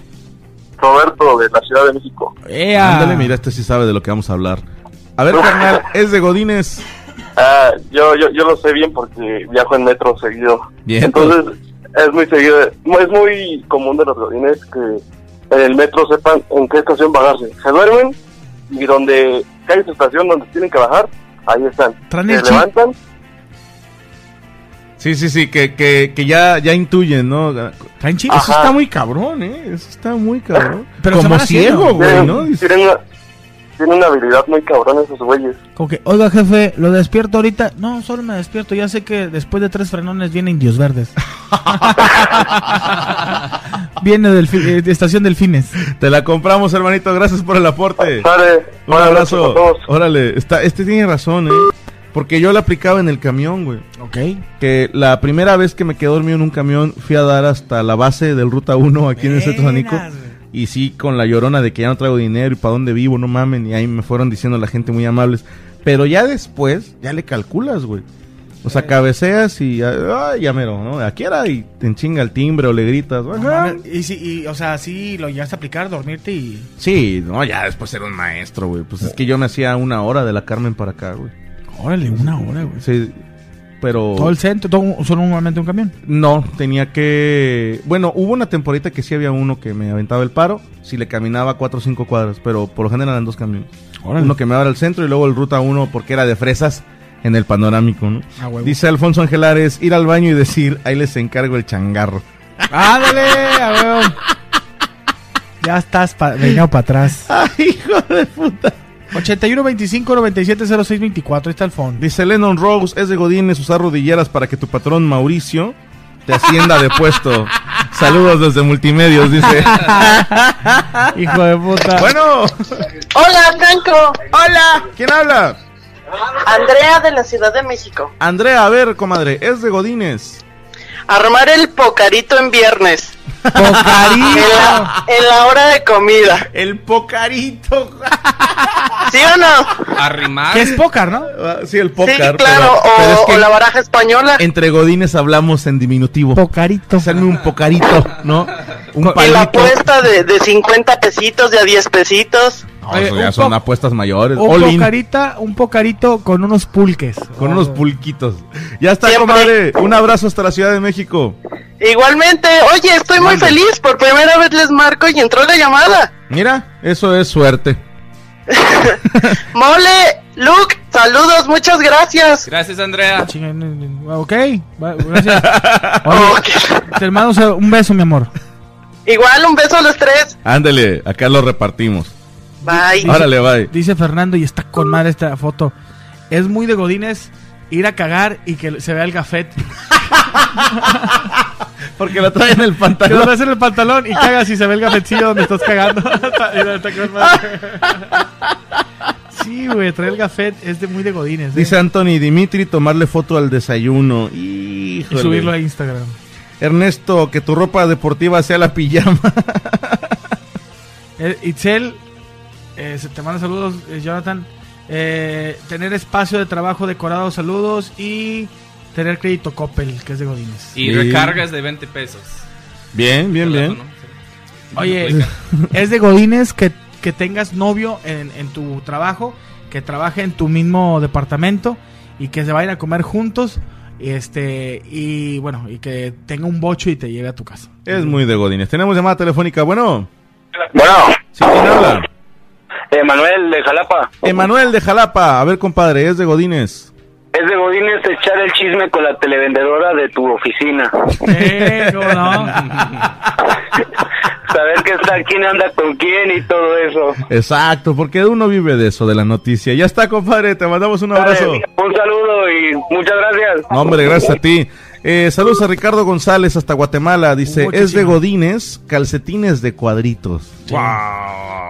Speaker 7: Roberto de la Ciudad de México.
Speaker 3: Ea.
Speaker 4: Ándale, mira, este sí sabe de lo que vamos a hablar. A ver, carnal, es de Godines.
Speaker 7: Ah, yo, yo, yo lo sé bien porque viajo en metro seguido.
Speaker 4: Bien.
Speaker 7: Entonces, es muy seguido. Es muy común de los godines que en el metro sepan en qué estación bajarse. Se duermen y donde cae su estación donde tienen que bajar, ahí están.
Speaker 3: Traen
Speaker 7: Se
Speaker 3: el chip.
Speaker 7: levantan.
Speaker 4: Sí, sí, sí, que, que, que ya, ya intuyen, ¿no?
Speaker 3: ¿Traen chip?
Speaker 4: Eso
Speaker 7: Ajá.
Speaker 4: está muy cabrón, ¿eh? Eso está muy cabrón.
Speaker 3: Pero se
Speaker 4: Como
Speaker 3: van haciendo.
Speaker 4: ciego, güey,
Speaker 7: tienen,
Speaker 4: ¿no? Dice-
Speaker 7: tienen una, tienen una habilidad muy cabrona esos güeyes.
Speaker 3: Como que, oiga jefe, lo despierto ahorita. No, solo me despierto. Ya sé que después de tres frenones viene Indios Verdes. viene del fi- eh, de Estación Delfines.
Speaker 4: Te la compramos, hermanito. Gracias por el aporte.
Speaker 7: Sale,
Speaker 4: Un
Speaker 7: buenas
Speaker 4: abrazo.
Speaker 7: noches a todos.
Speaker 4: Órale, está, este tiene razón, ¿eh? Porque yo la aplicaba en el camión, güey.
Speaker 3: Ok.
Speaker 4: que la primera vez que me quedé dormido en un camión fui a dar hasta la base del Ruta 1 aquí en el Centro Sanico.
Speaker 3: Veras, güey.
Speaker 4: Y sí, con la llorona de que ya no traigo dinero y para dónde vivo, no mamen. Y ahí me fueron diciendo la gente muy amables. Pero ya después, ya le calculas, güey. O sea, cabeceas y ya, ay, ya mero, ¿no? Aquí era y te enchinga el timbre o le gritas. "Ajá".
Speaker 3: y, sí, y, o sea, sí lo llegaste a aplicar, dormirte y...
Speaker 4: Sí, no, ya después era un maestro, güey. Pues es que yo me hacía una hora de la Carmen para acá, güey.
Speaker 3: Órale, una hora, güey.
Speaker 4: Sí, pero...
Speaker 3: Todo el centro, todo, solo normalmente un camión.
Speaker 4: No, tenía que. Bueno, hubo una temporadita que sí había uno que me aventaba el paro, si le caminaba cuatro o cinco cuadras, pero por lo general eran dos camiones. Uno que me daba al centro y luego el ruta uno porque era de fresas en el panorámico, ¿no?
Speaker 3: Ah, huevo.
Speaker 4: Dice Alfonso Angelares, ir al baño y decir, ahí les encargo el changarro.
Speaker 3: ¡Ándale, a huevo! Ya estás pa venido para atrás.
Speaker 4: ¡Ay, hijo de puta!
Speaker 3: 81-25-97-06-24, ahí está el fondo.
Speaker 4: Dice Lennon Rose, es de Godínez usar rodilleras para que tu patrón Mauricio Te hacienda de puesto. Saludos desde Multimedios, dice. Hijo de puta. Bueno,
Speaker 10: Hola, Franco.
Speaker 4: Hola. ¿quién habla?
Speaker 10: Andrea de la Ciudad de México.
Speaker 4: Andrea, a ver, comadre, es de Godines.
Speaker 10: Armar el pocarito en viernes.
Speaker 4: Pocarito.
Speaker 10: En la, en la hora de comida.
Speaker 4: El pocarito.
Speaker 10: ¿Sí o no?
Speaker 5: Arrimar.
Speaker 3: Que es pócar, ¿no?
Speaker 4: Ah, Sí, el pócar.
Speaker 10: sí, claro.
Speaker 4: pero- pero es
Speaker 10: o,
Speaker 4: que
Speaker 10: o la baraja española.
Speaker 4: Entre Godines hablamos en diminutivo. Pocarito. Hacerme un pocarito, ¿no? Un
Speaker 10: Y la
Speaker 4: palito.
Speaker 10: apuesta de, de 50 pesitos, de a 10 pesitos.
Speaker 4: No, eso ya son apuestas mayores.
Speaker 3: Un
Speaker 4: All in.
Speaker 3: pocarita, un pocarito con unos pulques.
Speaker 4: Con unos pulquitos. Ya está,
Speaker 10: Siempre.
Speaker 4: comadre. Un abrazo hasta la Ciudad de México.
Speaker 10: Igualmente, oye, estoy muy feliz. Por primera vez les marco y entró la llamada.
Speaker 4: Mira, eso es suerte.
Speaker 10: Mole, Luke, saludos, muchas gracias.
Speaker 5: Gracias,
Speaker 3: Ah,
Speaker 5: Andrea.
Speaker 3: Ok, va- gracias. Oye, Te hermano, un beso, mi amor.
Speaker 10: Igual, un beso a los tres.
Speaker 4: Ándale, acá lo repartimos.
Speaker 10: Bye.
Speaker 4: Órale, bye.
Speaker 3: Dice Fernando, y está con madre esta foto. Es muy de Godines ir a cagar y que se vea el gafet.
Speaker 4: Porque lo trae en el
Speaker 3: Que lo
Speaker 4: pantalón.
Speaker 3: traes en el pantalón y cagas y se ve el gafetcillo donde estás cagando. Está- está con madre. sí, güey, traer el gafet es de muy de Godines. ¿eh?
Speaker 4: Dice Anthony Dimitri tomarle foto al desayuno. Híjole.
Speaker 3: y subirlo a Instagram.
Speaker 4: Ernesto, que tu ropa deportiva sea la pijama.
Speaker 3: Eh, Itzel, eh, se- te manda saludos, eh, Jonathan. Eh, tener espacio de trabajo decorado, saludos. Y tener crédito Coppel, que es de Godines.
Speaker 5: Y
Speaker 4: Sí.
Speaker 5: recargas de 20 pesos.
Speaker 4: Bien, bien, bien.
Speaker 3: Oye, es de Godines que, que tengas novio en, en tu trabajo, que trabaje en tu mismo departamento y que se vayan a comer juntos. y Este, y bueno, y que tenga un bocho y te lleve a tu casa.
Speaker 4: Es muy de Godines. Tenemos llamada telefónica. Bueno,
Speaker 7: Bueno,
Speaker 4: ¿sí quién habla?
Speaker 7: eh, Manuel de Jalapa.
Speaker 4: Emanuel de Jalapa. A ver, compadre, es de Godines.
Speaker 7: Es de Godínez echar el chisme con la televendedora de tu oficina.
Speaker 3: Eh, ¿cómo no?
Speaker 7: Saber que está quién anda con quién y todo eso.
Speaker 4: Exacto, porque uno vive de eso, de la noticia. Ya está, compadre. Te mandamos un abrazo.
Speaker 7: Dale, un saludo y muchas gracias.
Speaker 4: No, hombre, gracias a ti. Eh, saludos a Ricardo González hasta Guatemala. Dice,
Speaker 3: Muchísimo.
Speaker 4: es de Godines, calcetines de cuadritos. ¡Wow!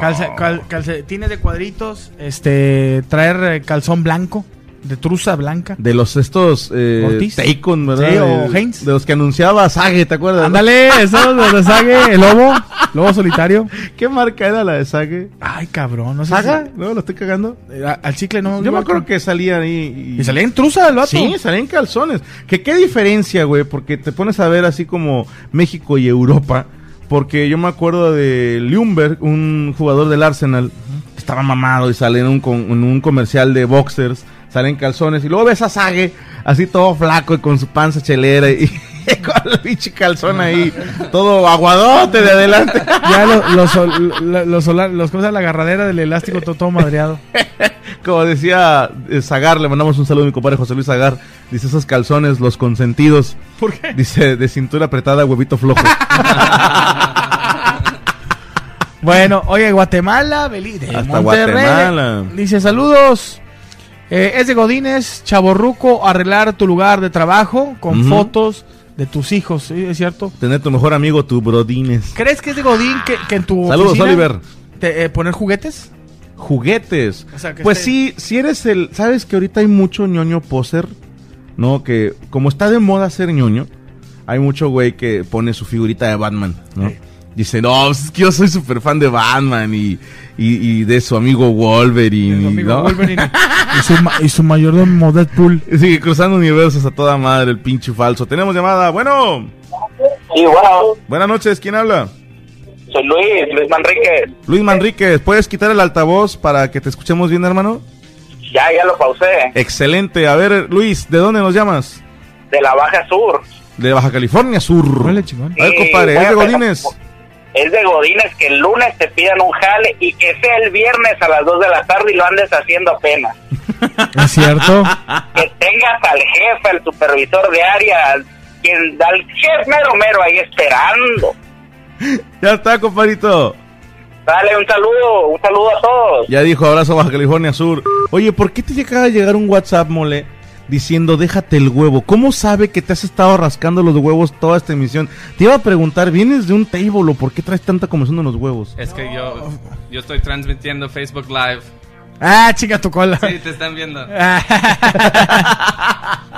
Speaker 3: Calce- cal- calcetines de cuadritos, este, traer eh, calzón blanco, de truza blanca.
Speaker 4: De los estos eh,
Speaker 3: Ortiz.
Speaker 4: Taikon, ¿verdad?
Speaker 3: Sí, o
Speaker 4: De-
Speaker 3: Heinz.
Speaker 4: De los que anunciaba Sage, ¿te acuerdas? no?
Speaker 3: Ándale, eso, de de Sage, el lobo, lobo solitario.
Speaker 4: ¿Qué marca era la de Sage?
Speaker 3: Ay, cabrón, no sé.
Speaker 4: ¿Saga? ¿No? ¿Lo estoy cagando?
Speaker 3: si- eh, a- al chicle no.
Speaker 4: Yo me
Speaker 3: iba
Speaker 4: acuerdo
Speaker 3: con-
Speaker 4: que salían ahí.
Speaker 3: Y salía en truza el vato.
Speaker 4: Sí, salían calzones. ¿Qué, ¿Qué diferencia, güey? Porque te pones a ver así como México y Europa. Porque yo me acuerdo de Lumberg, un jugador del Arsenal, que estaba mamado y sale en un, con- en un comercial de boxers, sale en calzones. Y luego ves a Sage, así todo flaco y con su panza chelera y con el pinche calzón ahí, todo aguadote de adelante.
Speaker 3: Ya lo- los, sol- lo- los, solar- los cosas la agarradera del elástico todo, todo madreado.
Speaker 4: Como decía eh, Zagar, le mandamos un saludo a mi compadre José Luis Zagar. Dice esos calzones, los consentidos.
Speaker 3: ¿Por qué?
Speaker 4: Dice de cintura apretada, huevito flojo.
Speaker 3: Bueno, oye, Guatemala, Belice, de
Speaker 4: Hasta
Speaker 3: Monterrey.
Speaker 4: Guatemala.
Speaker 3: Dice, saludos. Eh, es de Godínez, Chaborruco, arreglar tu lugar de trabajo con
Speaker 4: Ujú.
Speaker 3: fotos de tus hijos, ¿sí? ¿Es cierto?
Speaker 4: Tener tu mejor amigo, tu brodines.
Speaker 3: ¿Crees que es de Godín que, que en tu
Speaker 4: Saludos,
Speaker 3: oficina
Speaker 4: Oliver.
Speaker 3: te, eh, poner juguetes?
Speaker 4: Juguetes.
Speaker 3: O sea, que
Speaker 4: pues
Speaker 3: esté-
Speaker 4: sí, si eres el. ¿Sabes que ahorita hay mucho ñoño poser? No, que como está de moda ser ñoño, hay mucho güey que pone su figurita de Batman, ¿no? Dice, no, pues es que yo soy súper fan de Batman y, y, y de su amigo Wolverine. y, ¿no?
Speaker 3: y, su, ma- y su mayordomo Deadpool.
Speaker 4: Sigue cruzando universos a toda madre el pinche falso. Tenemos llamada. Bueno,
Speaker 7: Y wow,
Speaker 4: buenas noches. ¿Quién habla?
Speaker 7: soy Luis, Luis Manríquez.
Speaker 4: Luis Manríquez. ¿Puedes quitar el altavoz para que te escuchemos bien, hermano?
Speaker 7: Ya, ya lo pausé.
Speaker 4: Excelente. A ver, Luis, ¿de dónde nos llamas?
Speaker 7: De la Baja Sur.
Speaker 4: De Baja California Sur.
Speaker 3: Órale, chingón.
Speaker 4: A ver,
Speaker 7: Sí,
Speaker 4: compadre,
Speaker 7: voy
Speaker 4: ¿es
Speaker 7: a
Speaker 4: de
Speaker 7: empezar
Speaker 4: Godines?
Speaker 7: por- Es de Godines que el lunes te pidan un jale y que sea el viernes a las 2 de la tarde y lo andes haciendo apenas.
Speaker 3: ¿Es cierto?
Speaker 7: que tengas al jefe, al supervisor de área, al- quien al jefe mero mero ahí esperando.
Speaker 4: Ya está, compadrito.
Speaker 7: Dale un saludo, un saludo a todos.
Speaker 4: Ya dijo, abrazo Baja California Sur. Oye, ¿por qué te llega a llegar un WhatsApp, mole? diciendo, déjate el huevo. ¿Cómo sabe que te has estado rascando los huevos toda esta emisión? Te iba a preguntar, ¿vienes de un table o por qué traes tanta comezón en los huevos?
Speaker 5: Es que yo, yo estoy transmitiendo Facebook Live.
Speaker 3: Ah, chica tu cola.
Speaker 5: Sí, te están viendo.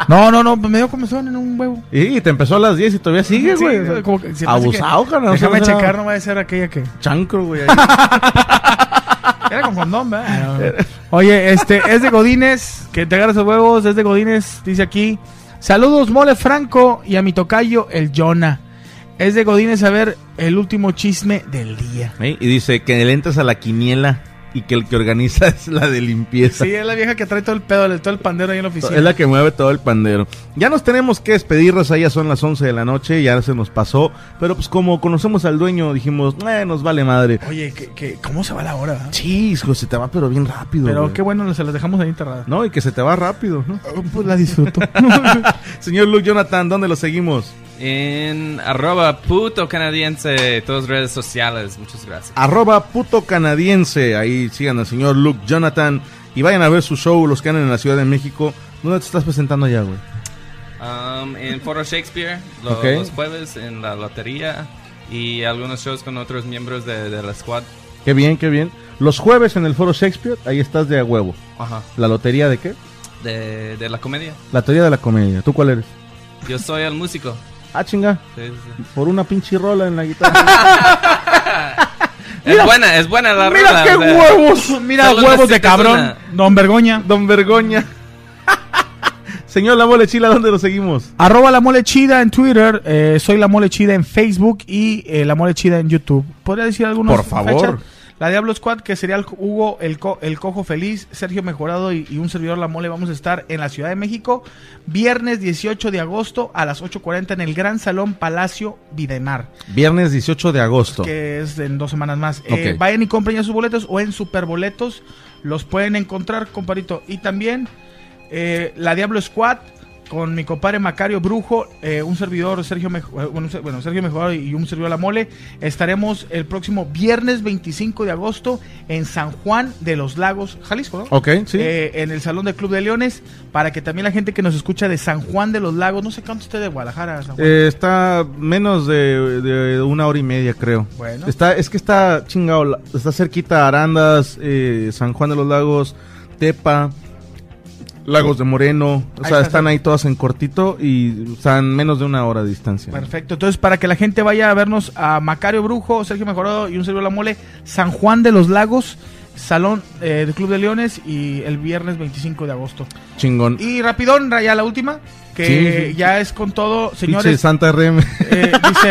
Speaker 3: No, no, no, me dio comezón en un huevo.
Speaker 4: Y te empezó a las 10 y todavía sigue,
Speaker 3: Sí,
Speaker 4: güey.
Speaker 3: como que- se me hace
Speaker 4: Abusado,
Speaker 3: que-
Speaker 4: carnal.
Speaker 3: Déjame
Speaker 4: O sea,
Speaker 3: checar, no va a ser aquella que.
Speaker 4: Chancro, güey. ahí.
Speaker 3: Era con condón, ¿verdad?
Speaker 11: Ah, Oye, este, es de Godines, que te agarras los huevos, es de Godines, dice aquí. Saludos, Mole Franco, y a mi tocayo, el Jonah. Es de Godines saber el último chisme del día.
Speaker 4: Ey, Y dice que le entras a la quiniela y que el que organiza es la de limpieza.
Speaker 3: Sí, es la vieja que trae todo el pedo, el- todo el pandero ahí en la oficina.
Speaker 4: Es la que mueve todo el pandero. Ya nos tenemos que despedir, Raza. Ya son las 11 de la noche, ya se nos pasó. Pero pues como conocemos al dueño, dijimos, "Eh, nos vale madre.
Speaker 3: Oye, que, que- ¿cómo se va la hora? ah?
Speaker 4: Sí, hijo, se te va pero bien rápido.
Speaker 3: Pero
Speaker 4: güey.
Speaker 3: qué bueno, se las dejamos ahí enterradas.
Speaker 4: No, y que se te va rápido, ¿no?
Speaker 3: Pues la disfruto.
Speaker 4: Señor Luke Jonathan, ¿dónde lo seguimos?
Speaker 5: En arroba puto canadiense, todas redes sociales. Muchas gracias.
Speaker 4: Arroba puto canadiense. Ahí sigan al señor Luke Jonathan. Y vayan a ver su show, los que andan en la Ciudad de México. ¿Dónde te estás presentando allá, güey?
Speaker 5: Um, en Foro Shakespeare, lo-
Speaker 4: Ok.
Speaker 5: los jueves, en la lotería y algunos shows con otros miembros de, de la squad.
Speaker 4: Qué bien, qué bien. Los jueves en el Foro Shakespeare, ahí estás de a huevo.
Speaker 5: Ajá.
Speaker 4: ¿La lotería de qué?
Speaker 5: De, de la comedia.
Speaker 4: La teoría de la comedia. ¿Tú cuál eres?
Speaker 5: Yo soy el músico.
Speaker 4: Ah, chinga.
Speaker 5: Sí, sí, sí.
Speaker 4: Por una pinche rola en la guitarra.
Speaker 5: es buena, es buena la rola,
Speaker 3: Mira qué
Speaker 5: o sea,
Speaker 3: huevos. Mira
Speaker 5: solo
Speaker 3: huevos de
Speaker 5: necesitas
Speaker 3: cabrón.
Speaker 5: una.
Speaker 3: Don Vergoña.
Speaker 4: Don Vergoña. Señor La Mole Chila, ¿dónde lo seguimos?
Speaker 3: Arroba la mole chida en Twitter, eh, soy la mole chida en Facebook y eh, la mole chida en YouTube. ¿Podría decir algunos?
Speaker 4: Por favor.
Speaker 3: La Diablo Squad, que sería el Hugo, el, Co- el Cojo Feliz, Sergio Mejorado y, y un servidor La Mole, vamos a estar en la Ciudad de México, viernes 18 de agosto a las 8.40 en el Gran Salón Palacio Videmar,
Speaker 4: Viernes 18 de agosto.
Speaker 3: que es en dos semanas más. Eh,
Speaker 4: Ok.
Speaker 3: vayan y compren ya sus boletos o en Superboletos, los pueden encontrar, comparito. Y también eh, la Diablo Squad con mi compadre Macario Brujo, eh, un servidor Sergio Mej- eh, bueno, un ser- bueno, Sergio Mejorado y un servidor La Mole. Estaremos el próximo viernes 25 de agosto en San Juan de los Lagos, Jalisco, ¿no?
Speaker 4: Ok, sí.
Speaker 3: Eh, en el Salón del Club de Leones, para que también la gente que nos escucha de San Juan de los Lagos, no sé cuánto esté de Guadalajara, San Juan.
Speaker 4: Eh, está menos de, de una hora y media, creo.
Speaker 3: Bueno.
Speaker 4: Está, es que está chingado. la- Está cerquita Arandas, eh, San Juan de los Lagos, Tepa, Lagos de Moreno. O
Speaker 3: Ahí
Speaker 4: sea,
Speaker 3: está,
Speaker 4: están
Speaker 3: sí.
Speaker 4: ahí todas en cortito y están menos de una hora de distancia.
Speaker 3: Perfecto, entonces para que la gente vaya a vernos a Macario Brujo, Sergio Mejorado y un servidor La Mole, San Juan de los Lagos, Salón eh, del Club de Leones y el viernes 25 de agosto.
Speaker 4: Chingón.
Speaker 3: Y rapidón, ya la última, que
Speaker 4: Sí, sí.
Speaker 3: ya es con todo,
Speaker 4: Pinche
Speaker 3: señores,
Speaker 4: Santa RM.
Speaker 3: eh, dice...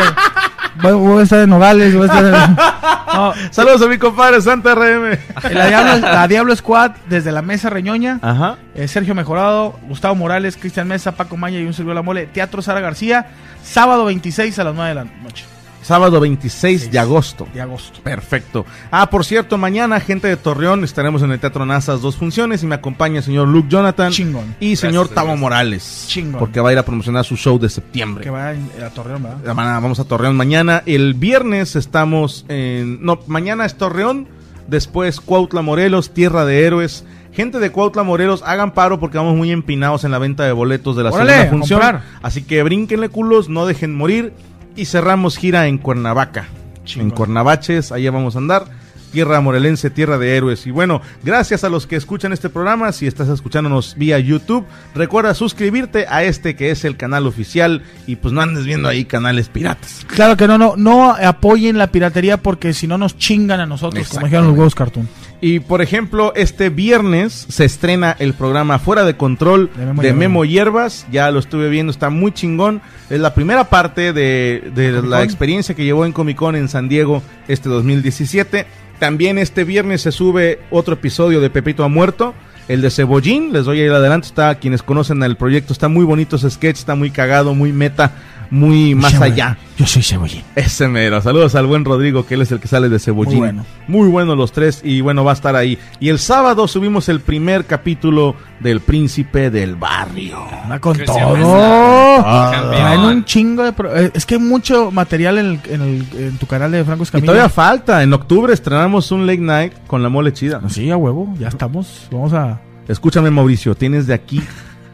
Speaker 3: Voy, voy a estar en Nogales, voy a estar en-
Speaker 4: Saludos a mi compadre Santa RM.
Speaker 3: La Diablo, la Diablo Squad desde la Mesa Reñoña.
Speaker 4: Ajá.
Speaker 3: eh, Sergio Mejorado, Gustavo Morales, Cristian Mesa, Paco Maña y un servidor La Mole. Teatro Sara García, sábado 26 a las 9 de la noche
Speaker 4: Sábado 26 de agosto.
Speaker 3: de agosto.
Speaker 4: Perfecto. Ah, por cierto, mañana, gente de Torreón, estaremos en el Teatro Nazas dos funciones y me acompaña el señor Luke Jonathan
Speaker 3: Chingón.
Speaker 4: y señor
Speaker 5: Gracias,
Speaker 4: Tavo
Speaker 5: gracias.
Speaker 4: Morales.
Speaker 3: Chingón.
Speaker 4: Porque va a ir a promocionar su show de septiembre.
Speaker 3: Que va en- a Torreón, ¿verdad?
Speaker 4: La mañana Vamos a Torreón mañana. El viernes estamos en. No, mañana es Torreón. Después Cuautla Morelos, Tierra de Héroes. Gente de Cuautla Morelos, hagan paro porque vamos muy empinados en la venta de boletos de la
Speaker 3: Órale,
Speaker 4: segunda
Speaker 3: a
Speaker 4: función.
Speaker 3: comprar.
Speaker 4: Así que brínquenle culos, no dejen morir. Y cerramos gira en Cuernavaca. En Cuernavaches, allá vamos a andar. Tierra morelense, tierra de héroes. Y bueno, gracias a los que escuchan este programa. Si estás escuchándonos vía YouTube, recuerda suscribirte a este que es el canal oficial. Y pues no andes viendo ahí canales piratas.
Speaker 3: Claro que no, no, no apoyen la piratería porque si no nos chingan a nosotros, como dijeron los huevos cartoon.
Speaker 4: Y por ejemplo, este viernes se estrena el programa Fuera de Control de Memo,
Speaker 3: Memo Hierbas.
Speaker 4: Hierbas. Ya lo estuve viendo, está muy chingón. Es la primera parte de, de la experiencia que llevó en Comic Con en San Diego este 2017. También este viernes se sube otro episodio de Pepito ha muerto. El de Cebollín, les doy ahí el adelanto, está quienes conocen el proyecto, está muy bonito ese sketch, está muy cagado, muy meta, muy más
Speaker 3: Cebollín.
Speaker 4: allá.
Speaker 3: Yo soy Cebollín.
Speaker 4: Ese mero. Saludos al buen Rodrigo, que él es el que sale de
Speaker 3: Muy
Speaker 4: Cebollín.
Speaker 3: bueno.
Speaker 4: Muy bueno los tres y bueno, va a estar ahí. Y el sábado subimos el primer capítulo del Príncipe del Barrio.
Speaker 3: Anda con
Speaker 5: Cristian
Speaker 3: todo.
Speaker 5: Campeón.
Speaker 3: Traen un chingo de. pro- eh, Es que hay mucho material en, el- en el- en tu canal de Franco
Speaker 4: Y
Speaker 3: Escamilla.
Speaker 4: todavía falta. En octubre estrenamos un late night
Speaker 3: Ah,
Speaker 4: con la mole chida.
Speaker 3: Sí, a huevo, ya estamos. Vamos a.
Speaker 4: Escúchame, Mauricio, tienes de aquí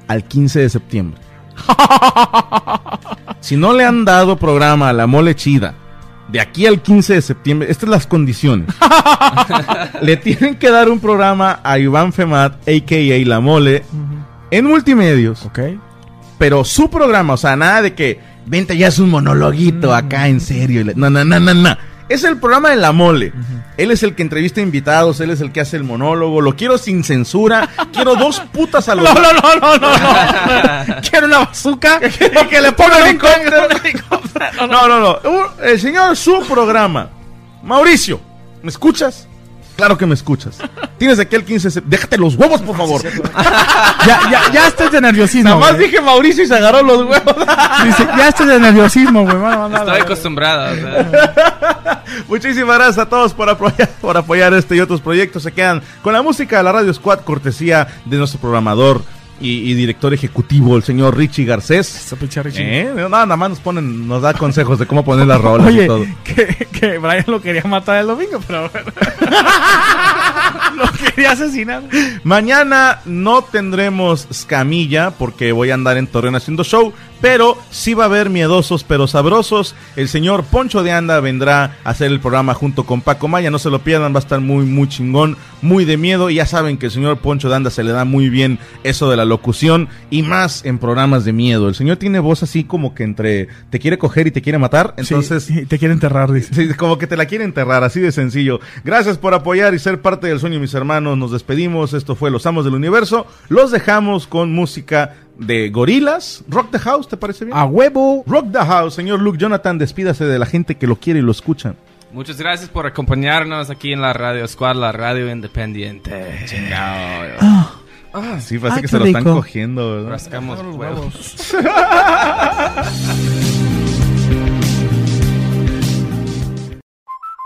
Speaker 4: al 15 de septiembre. si no le han dado programa a la mole chida de aquí al 15 de septiembre, estas son las condiciones. le tienen que dar un programa a Iván Femat, a.k.a. La Mole, en multimedios. Ok. Pero su programa, o sea, nada de que vente ya es un monologuito
Speaker 11: Mm.
Speaker 4: acá en serio. y le- No, no, no, no, no. Es el programa de La Mole. Él es el que entrevista invitados, él es el que hace el monólogo. Lo quiero sin censura. quiero dos putas a los
Speaker 11: No, no, no, no, no,
Speaker 4: Quiero una bazooka y que le ponga helicóptero. No, no, no. Un- El señor, su programa. Mauricio, ¿me escuchas? Claro que me escuchas. Tienes aquí el 15 de sep- Déjate los huevos, por favor.
Speaker 3: Ya, ya, ya estás de nerviosismo.
Speaker 4: Nada
Speaker 11: eh.
Speaker 4: más
Speaker 3: güey.
Speaker 4: dije Mauricio y se agarró los huevos.
Speaker 3: Dice, ya estás de nerviosismo, güey. Mano, mano.
Speaker 5: Estoy acostumbrado. o sea.
Speaker 4: Muchísimas gracias a todos por apoyar, por apoyar este y otros proyectos. Se quedan con la música de la Radio Squad, cortesía de nuestro programador y, y director ejecutivo, el señor Richie Garcés. ¿Eh? No, Nada más nos ponen, nos da consejos de cómo poner las rolas y
Speaker 11: Oye,
Speaker 4: todo.
Speaker 11: que, que Brian lo quería matar el domingo, pero bueno. lo quería asesinar.
Speaker 4: Mañana no tendremos Scamilla porque voy a andar en Torreón haciendo show, pero sí va a haber miedosos pero sabrosos. El señor Poncho de Anda vendrá a hacer el programa junto con Paco Maya, no se lo pierdan, va a estar muy muy chingón, muy de miedo y ya saben que el señor Poncho de Anda se le da muy bien eso de la locución y más en programas de miedo. El señor tiene voz así como que entre te quiere coger y te quiere matar, entonces
Speaker 3: Te quiere enterrar, dice.
Speaker 4: Sí, como que te la quiere enterrar, así de sencillo. Gracias por apoyar y ser parte del sueño, mis hermanos. Nos despedimos. Esto fue Los Amos del Universo. Los dejamos con música de gorilas. Rock the House, ¿te parece
Speaker 5: Ah.
Speaker 4: bien? A
Speaker 3: huevo.
Speaker 4: Rock the House, señor Luke Jonathan, despídase de la gente que lo quiere y lo escucha.
Speaker 5: Muchas gracias por acompañarnos aquí en la Radio Squad, la radio independiente. Chingado.
Speaker 4: Ah, sí, parece
Speaker 5: Ay,
Speaker 4: que
Speaker 5: qué
Speaker 4: se lo están
Speaker 5: rico.
Speaker 4: cogiendo, ¿verdad?
Speaker 5: Rascamos huevos.